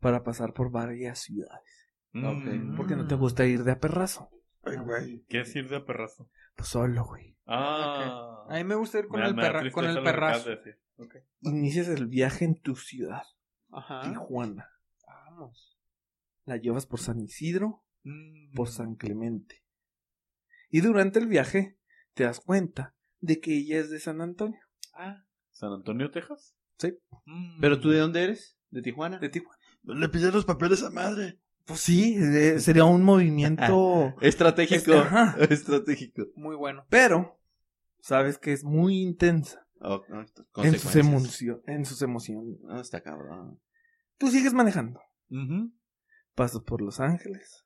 para pasar por varias ciudades. Mm, Porque no te gusta ir de a perrazo. Ay, güey. ¿Qué es ir de perrazo? Pues solo, güey. Ah. A mí me gusta ir con Me da- el, me da perra- con tristeza el lo que acabas perrazo. de decir. Inicias el viaje en tu ciudad, Ajá. Tijuana. Vamos. Mm. La llevas por San Isidro, Mm. Pues- por San Clemente. Y durante el viaje te das cuenta de que ella es de San Antonio. San Antonio, Texas. Sí. Mm. ¿Pero tú de dónde eres? ¿De Tijuana? De Tijuana. Le pidieron los papeles a madre. Pues sí, eh, sería *laughs* un movimiento. Estratégico. Este, ajá. Estratégico. Muy bueno. Pero, sabes que es muy intensa Oh, no, en sus, consecuencias. emocio- en sus emociones. No, está cabrón. Tú sigues manejando. Ujú. Pasas por Los Ángeles,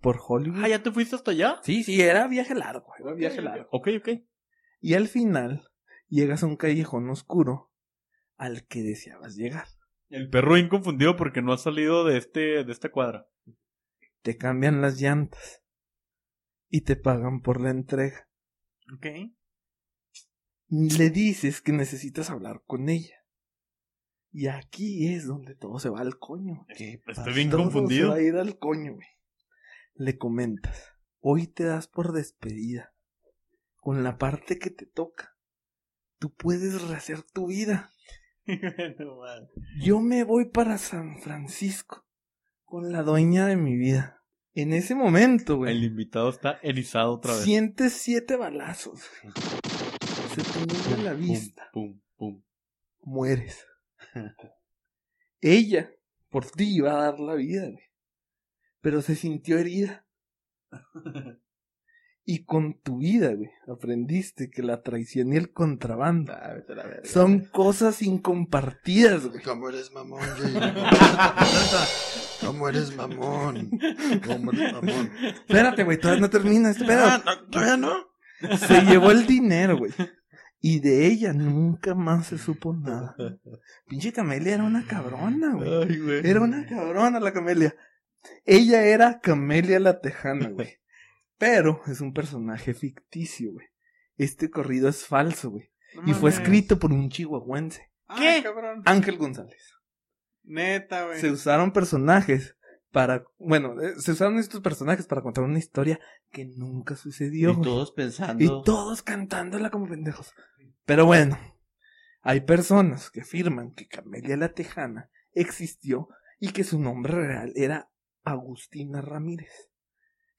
por Hollywood. Ah, ¿ya te fuiste hasta allá? Sí, sí, era viaje largo. Era viaje largo. Ok, ok. Y al final, llegas a un callejón oscuro al que deseabas llegar. El perro inconfundido porque no ha salido de este de esta cuadra. Te cambian las llantas y te pagan por la entrega. Ok. Le dices que necesitas hablar con ella. Y aquí es donde todo se va al coño. Estoy bien Todo Se confundido. va a ir al coño, güey. Le comentas. Hoy te das por despedida. Con la parte que te toca. Tú puedes rehacer tu vida. *laughs* No mames. Yo me voy para San Francisco. Con la dueña de mi vida. En ese momento, güey. El invitado está erizado otra vez. Sientes siete balazos. *laughs* güey. Se te nubla la vista. Pum, pum. Mueres. Ella, por ti, iba a dar la vida, güey. Pero se *laughs* sintió herida. Y con tu vida, güey, aprendiste que la traición y el contrabando Ah, vete a la verga. son cosas incompartidas, güey. ¿Cómo eres mamón, Jay? *laughs* ¿Cómo eres mamón? ¿Cómo eres mamón? Espérate, güey, todavía no termina este pedo. Ah, no, todavía no. Se llevó el dinero, güey. Y de ella nunca más se supo nada. Pinche Camelia era una cabrona, güey. Ay, güey. Era una cabrona la Camelia. Ella era Camelia la Tejana, güey. Pero es un personaje ficticio, güey. Este corrido es falso, güey. y fue escrito por un chihuahuense. ¿Qué? cabrón. Ángel González. Neta, güey. Se usaron personajes para... Bueno, eh, se usaron estos personajes para contar una historia que nunca Y sucedió. güey. todos pensando. Y todos cantándola como pendejos. Pero bueno, hay personas que afirman que Camelia la Tejana existió y que su nombre real era Agustina Ramírez,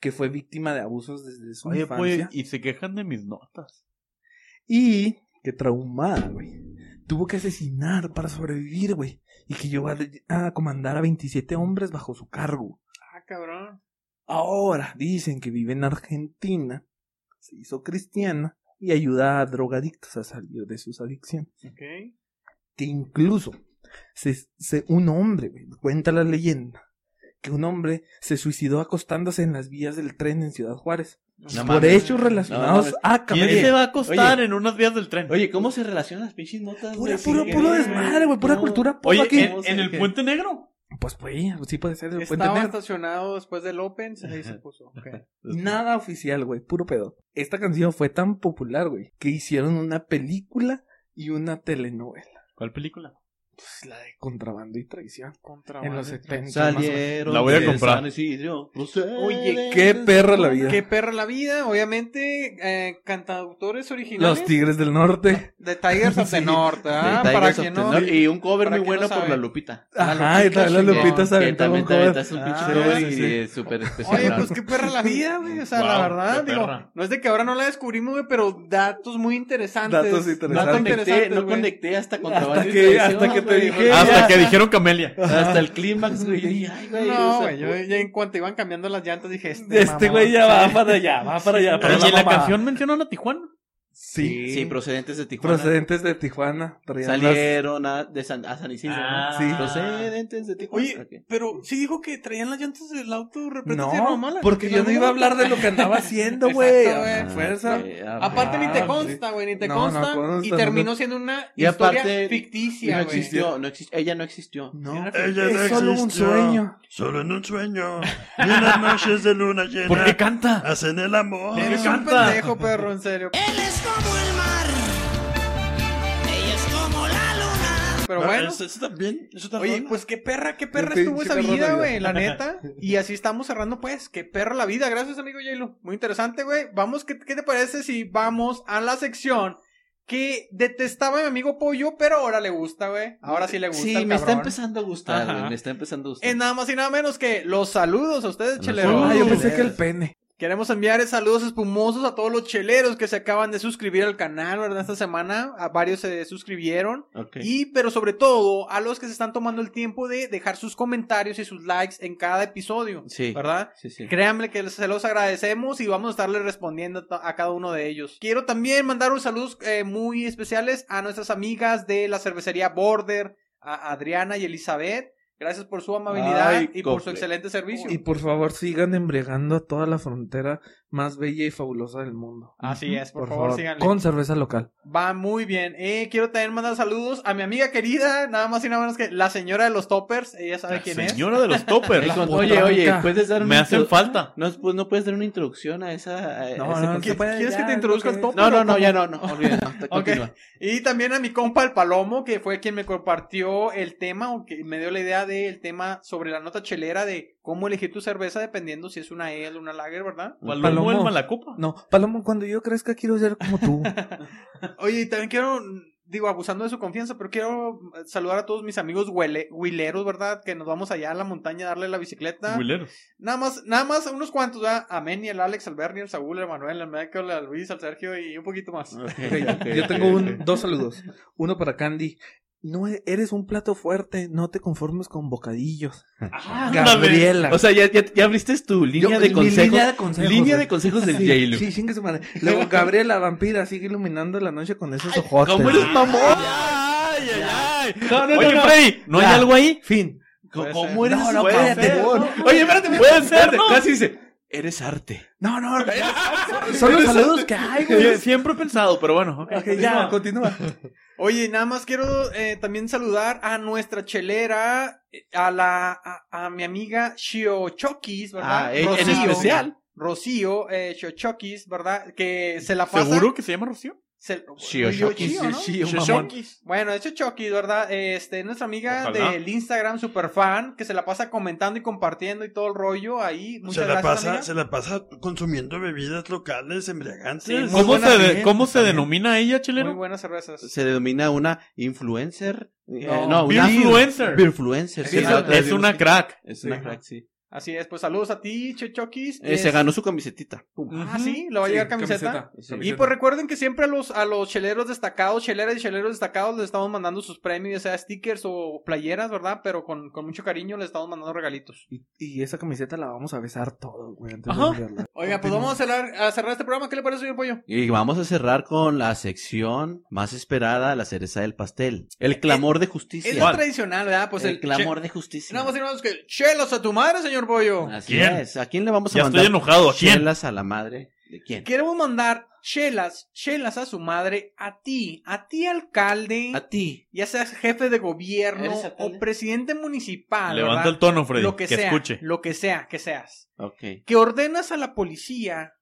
que fue víctima de abusos desde su Oye, pues, infancia y se quejan de mis notas. y que traumada, güey, tuvo que asesinar para sobrevivir, güey, y que llegó a, a comandar a 27 hombres bajo su cargo. Ah, cabrón. Ahora dicen que vive en Argentina, se hizo cristiana y ayuda a drogadictos a salir de sus adicciones. Ok. Que incluso se- se- un hombre, güey, cuenta la leyenda, que un hombre se suicidó acostándose en las vías del tren en Ciudad Juárez. No por mames. hechos relacionados Ah, No a ¿Quién Camelia. se va a acostar oye. en unas vías del tren? Oye, ¿cómo se relacionan las pinches notas? Pura- güey? puro, Sí, puro que- desmadre, güey, pura No. eh. cultura pop Oye, aquí. ¿en, en el Puente Negro? Pues, güey, sí puede ser el puente Estaba negro. estacionado después del Open, se- ahí se puso. Ok. Nada oficial, güey, puro pedo. Esta canción fue tan popular, güey, que hicieron una película y una telenovela. ¿Cuál película? Pues la de contrabando y traición. Contrabando. En los 70. Salieron. La voy a de comprar. San Isidro, Oye, Qué perra la vida. Qué perra la vida, obviamente, eh, cantautores originales. Los Tigres del Norte. De Tigers of the North, ¿ah? De Para Tigers of que the no. North. Y un cover para que muy no bueno por sabe. la Lupita. Ajá, y también las chingón. Lupitas se Que aventaron también un te cover. aventas un pinche Ah, cover sí, y sí. eh, súper especial. Oye, ¿no? pues qué perra la *laughs* vida, güey. O sea, la Wow, verdad, qué digo, perra. no es de que ahora no la descubrimos, güey, pero datos muy interesantes. Datos interesantes. no Datos conecté, interesantes, no güey. conecté hasta contrabando. Hasta y que- traición, hasta que te güey. dije, Hasta ya. que *laughs* dijeron Camelia. Hasta el clímax, güey. Yo dije, ay, güey, o No, sea, pues. güey, yo ya en cuanto iban cambiando las llantas dije, este, Este mamón. güey ya va para allá, va para allá. para Oye, la mamá. canción mencionan a Tijuana. Sí. Sí, procedentes de Tijuana. Procedentes de Tijuana. traían Salieron a, de San, a San Isidro. Ah. ¿no? Procedentes de Tijuana. Oye, Ok. pero sí dijo que traían las llantas del auto las- repetidas. No, porque yo no iba a hablar de lo que andaba haciendo, güey. Exacto, güey. Ah, Fuerza. ok, ah, Aparte ni te Ah, consta, güey, ni te No, no consta. consta, y no terminó consta. siendo una Y historia aparte, ficticia, no güey. existió, no existió. Ella no existió. No, Ella no es solo un existió. sueño. Solo en un sueño. Y en las noches de luna llena. ¿Por qué canta? Hacen el amor. Eres un pendejo, perro, en serio. *laughs* Él es como el mar. Ella es como la luna. Pero bueno. Eso, eso también. Eso también. Oye, pues qué perra, qué perra Qué estuvo pinche esa perra vida, la güey, la neta. Y así estamos cerrando, pues. Qué perra la vida. Gracias, amigo Yelo. Muy interesante, güey. Vamos, ¿qué, ¿qué te parece si vamos a la sección que detestaba a mi amigo Pollo, pero ahora le gusta, güey? Ahora sí le gusta. Sí, el me está cabrón. empezando a gustar, Ajá. güey, Me está empezando a gustar. Es nada más y nada menos que los saludos a ustedes, Los cheleros. saludos. Ah, yo Ay, pensé que el pene. Queremos enviar saludos espumosos a todos los cheleros que se acaban de suscribir al canal, ¿verdad? Esta semana a varios se suscribieron. Ok. Y, pero sobre todo, a los que se están tomando el tiempo de dejar sus comentarios y sus likes en cada episodio. Sí. ¿Verdad? Sí, sí. Créanme que se los agradecemos y vamos a estarle respondiendo a to- a cada uno de ellos. Quiero también mandar unos saludos eh, muy especiales a nuestras amigas de la cervecería Border, a Adriana y Elizabeth. Gracias por su amabilidad Ay, y por su cofre. excelente servicio. Y por favor sigan embriagando a toda la frontera más bella y fabulosa del mundo. Así es, por, Por favor, favor, síganle. con cerveza local. Va muy bien. Eh, quiero también mandar saludos a mi amiga querida, nada más y nada menos que la señora de los toppers. Ella sabe quién es. Señora de los toppers. Ey, con- oye, oye, puedes dar Me una hacen intro- falta. no, pues, no puedes dar una introducción a esa. a No, ese no, no concepto? se puede, ¿Quieres que ya, te es lo introduzca el es. top? no, no, no, ya no, no. Olvida, no, te- Ok. continúa. Y también a mi compa el Palomo, que fue quien me compartió el tema, o que me dio la idea del tema sobre la nota chelera de cómo elegir tu cerveza dependiendo si es una L o una Lager, ¿verdad? Palomo, Palomo. el Malacopa. No, Palomo, cuando yo crezca quiero ser como *laughs* tú. Oye, y también quiero, digo, abusando de su confianza, pero quiero eh, saludar a todos mis amigos huele, huileros, ¿verdad? Que nos vamos allá a la montaña a darle la bicicleta. Buleros. Nada más, nada más unos cuantos, ¿verdad? A Meni, al Alex, al Bernie, al Saúl, al Manuel, al Michael, al Luis, al Sergio y un poquito más. Ok, yo tengo un, dos saludos. Uno para Candy. No e- eres un plato fuerte, no te conformes con bocadillos. Gabriela. Ah, O sea, ya, ya, ya abriste tu línea Yo- de mi consejos. línea de consejos, Línea de güey. consejos del pues, Sí, J-Lo. Sí, chingue su madre. Luego, Gabriela, vampira, sigue iluminando la noche con esos ojos. ¿Cómo eres mamón? Ay, ay, ay. No, no, Oye, no, no. Freddy, ¿no hay Ya. algo ahí? Fin. ¿Cómo, Puede cómo ser. eres No, no, güey? cállate. Oye, espérate, Puede ser, ¿no? Casi dice, eres arte. No, no. Son los saludos que hay, Oye, güey. Siempre he pensado, pero bueno. ok. Ok, ya, continúa. Oye, nada más quiero eh, también saludar a nuestra chelera, eh, a la a, a mi amiga Shio Chokis, ¿verdad? Ah, en- en especial. Rocío eh, Shio Chokis, ¿verdad? Que se la pasa. ¿Seguro que se llama Rocío? se- Shio Shio Chokis, Chio, ¿no? Shio, Shio mamón. Chokis. Bueno, es Shio Chokis, ¿verdad? Este, nuestra amiga Ojalá. del Instagram, superfan, que se la pasa comentando y compartiendo y todo el rollo ahí. Muchas se, la gracias, pasa, amiga. se la pasa consumiendo bebidas locales embriagantes. Sí, muy ¿Cómo buena se, de- bien, ¿cómo se denomina ella, Muy chileno? buenas cervezas. Se denomina una influencer. eh, No, no, una Beerfluencer. Beerfluencer, sí, Es, la otra es vez una vimos- crack. Es una Sí. crack, sí. Así es, pues saludos a ti, Este, Shio Chokis. Eh, Se Es- ganó su camisetita. Pum. Ah, sí, le va a llegar camiseta. Sí. Y pues recuerden que siempre a los, a los cheleros destacados, cheleras y cheleros destacados les estamos mandando sus premios, ya sea stickers o playeras, ¿verdad? Pero con, con mucho cariño les estamos mandando regalitos. Y, y esa camiseta la vamos a besar todo, güey, antes Ajá. de verla. Oiga, pues vamos a cerrar, a cerrar este programa. ¿Qué le parece, señor Pollo? Y vamos a cerrar con la sección más esperada, la cereza del pastel. El clamor de justicia. Es la tradicional, ¿verdad? Pues el, el clamor de justicia. Nada más y nada menos que chelos a tu madre, señor Pollo. Así ¿Quién? es. ¿A quién le vamos a Ya mandar? estoy enojado. ¿A quién? chelas a la madre. ¿De quién? Queremos mandar chelas, chelas a su madre, a ti, a ti alcalde, A ti. ya seas jefe de gobierno ¿Eres alcalde? o presidente municipal, Levanta el ¿verdad? tono, Freddy. lo que, sea, escuche. lo que sea, que seas. Ok. que ordenas a la policía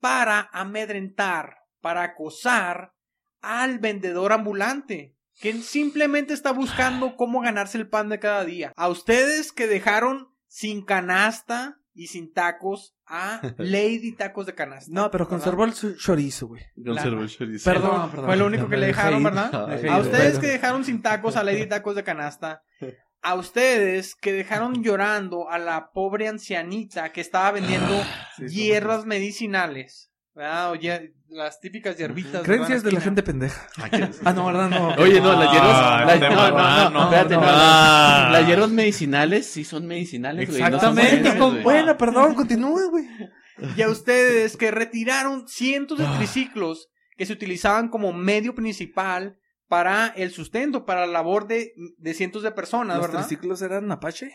para amedrentar, para acosar al vendedor ambulante, que simplemente está buscando cómo ganarse el pan de cada día. A ustedes que dejaron sin canasta y sin tacos a Lady Tacos de Canasta. No, pero conservó el su- chorizo, güey. Conservo el chorizo. Ah. Perdón, No, perdón. fue lo único que le Dejé dejaron, ir. ¿verdad? Dejé A ir. ustedes Perdón. que dejaron sin tacos a Lady Tacos de Canasta. A ustedes que dejaron llorando a la pobre ancianita que estaba vendiendo hierbas medicinales. ¿verdad? O hie- las típicas hierbitas. Creencias de la ¿verdad? gente pendeja. Ah, no, ¿verdad? No. *laughs* Oye, no, las hierbas. Ah, las- te no, no, no, mamaron. no, espérate, no, Ah. las- Las hierbas medicinales sí son medicinales, güey, no son Exactamente, veneno, güey. Bueno, perdón, continúa, güey. Y a ustedes que retiraron cientos Ah. de triciclos que se utilizaban como medio principal para el sustento, para la labor de, de cientos de personas, ¿Los ¿verdad? triciclos eran Apache?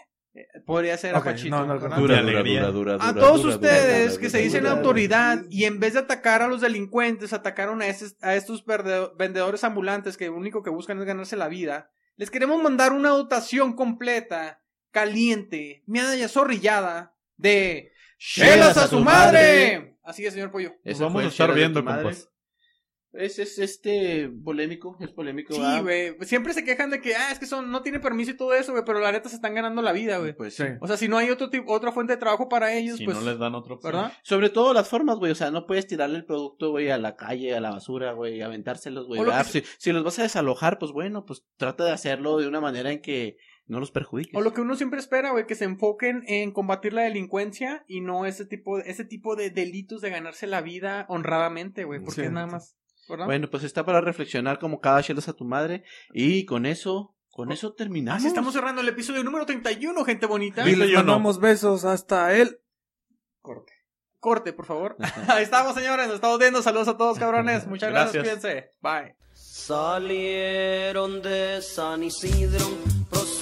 Podría ser Ok, Apachito, no, no, ¿verdad? Dura, dura, dura, A todos dura, ustedes dura, que dura, se dicen dura, autoridad y en vez de atacar a los delincuentes, atacaron a, estos- a estos perde- vendedores ambulantes que lo único que buscan es ganarse la vida, les queremos mandar una dotación completa, caliente, miada y azorrillada de ¡Chelas a su madre! Así es, señor Pollo. Ese vamos fue a el estar chela de viendo, tu madre. compas. Es, es este polémico, es polémico. Sí, ah. ¿verdad? güey. Siempre se quejan de que, ah, es que son, no tiene permiso y todo eso, güey, pero la neta se están ganando la vida, güey. Pues, O sea, si no hay otro tipo, otra fuente de trabajo para ellos, Si pues, no les dan otra opción. ¿verdad? Sobre todo las formas, güey. O sea, no puedes tirarle el producto, güey, a la calle, a la basura, güey, aventárselos, güey. O lo ¿verdad? que Si, si los vas a desalojar, pues bueno, pues trata de hacerlo de una manera en que No los perjudiques. O lo que uno siempre espera, güey, que se enfoquen en combatir la delincuencia y no ese tipo, ese tipo de delitos de ganarse la vida honradamente, güey, porque es nada más, ¿verdad? Bueno, pues está para reflexionar como cada chelas a tu madre. Y con eso, con eso terminamos. Así Ah, estamos cerrando el episodio número 31, gente bonita. Y les yo no. mandamos besos hasta él. Corte, por *laughs* favor. Ahí estamos, señores, nos estamos viendo. Saludos a todos, *laughs* cabrones. Muchas gracias, Gracias. cuídense. Bye. Salieron de San Isidro, procedieron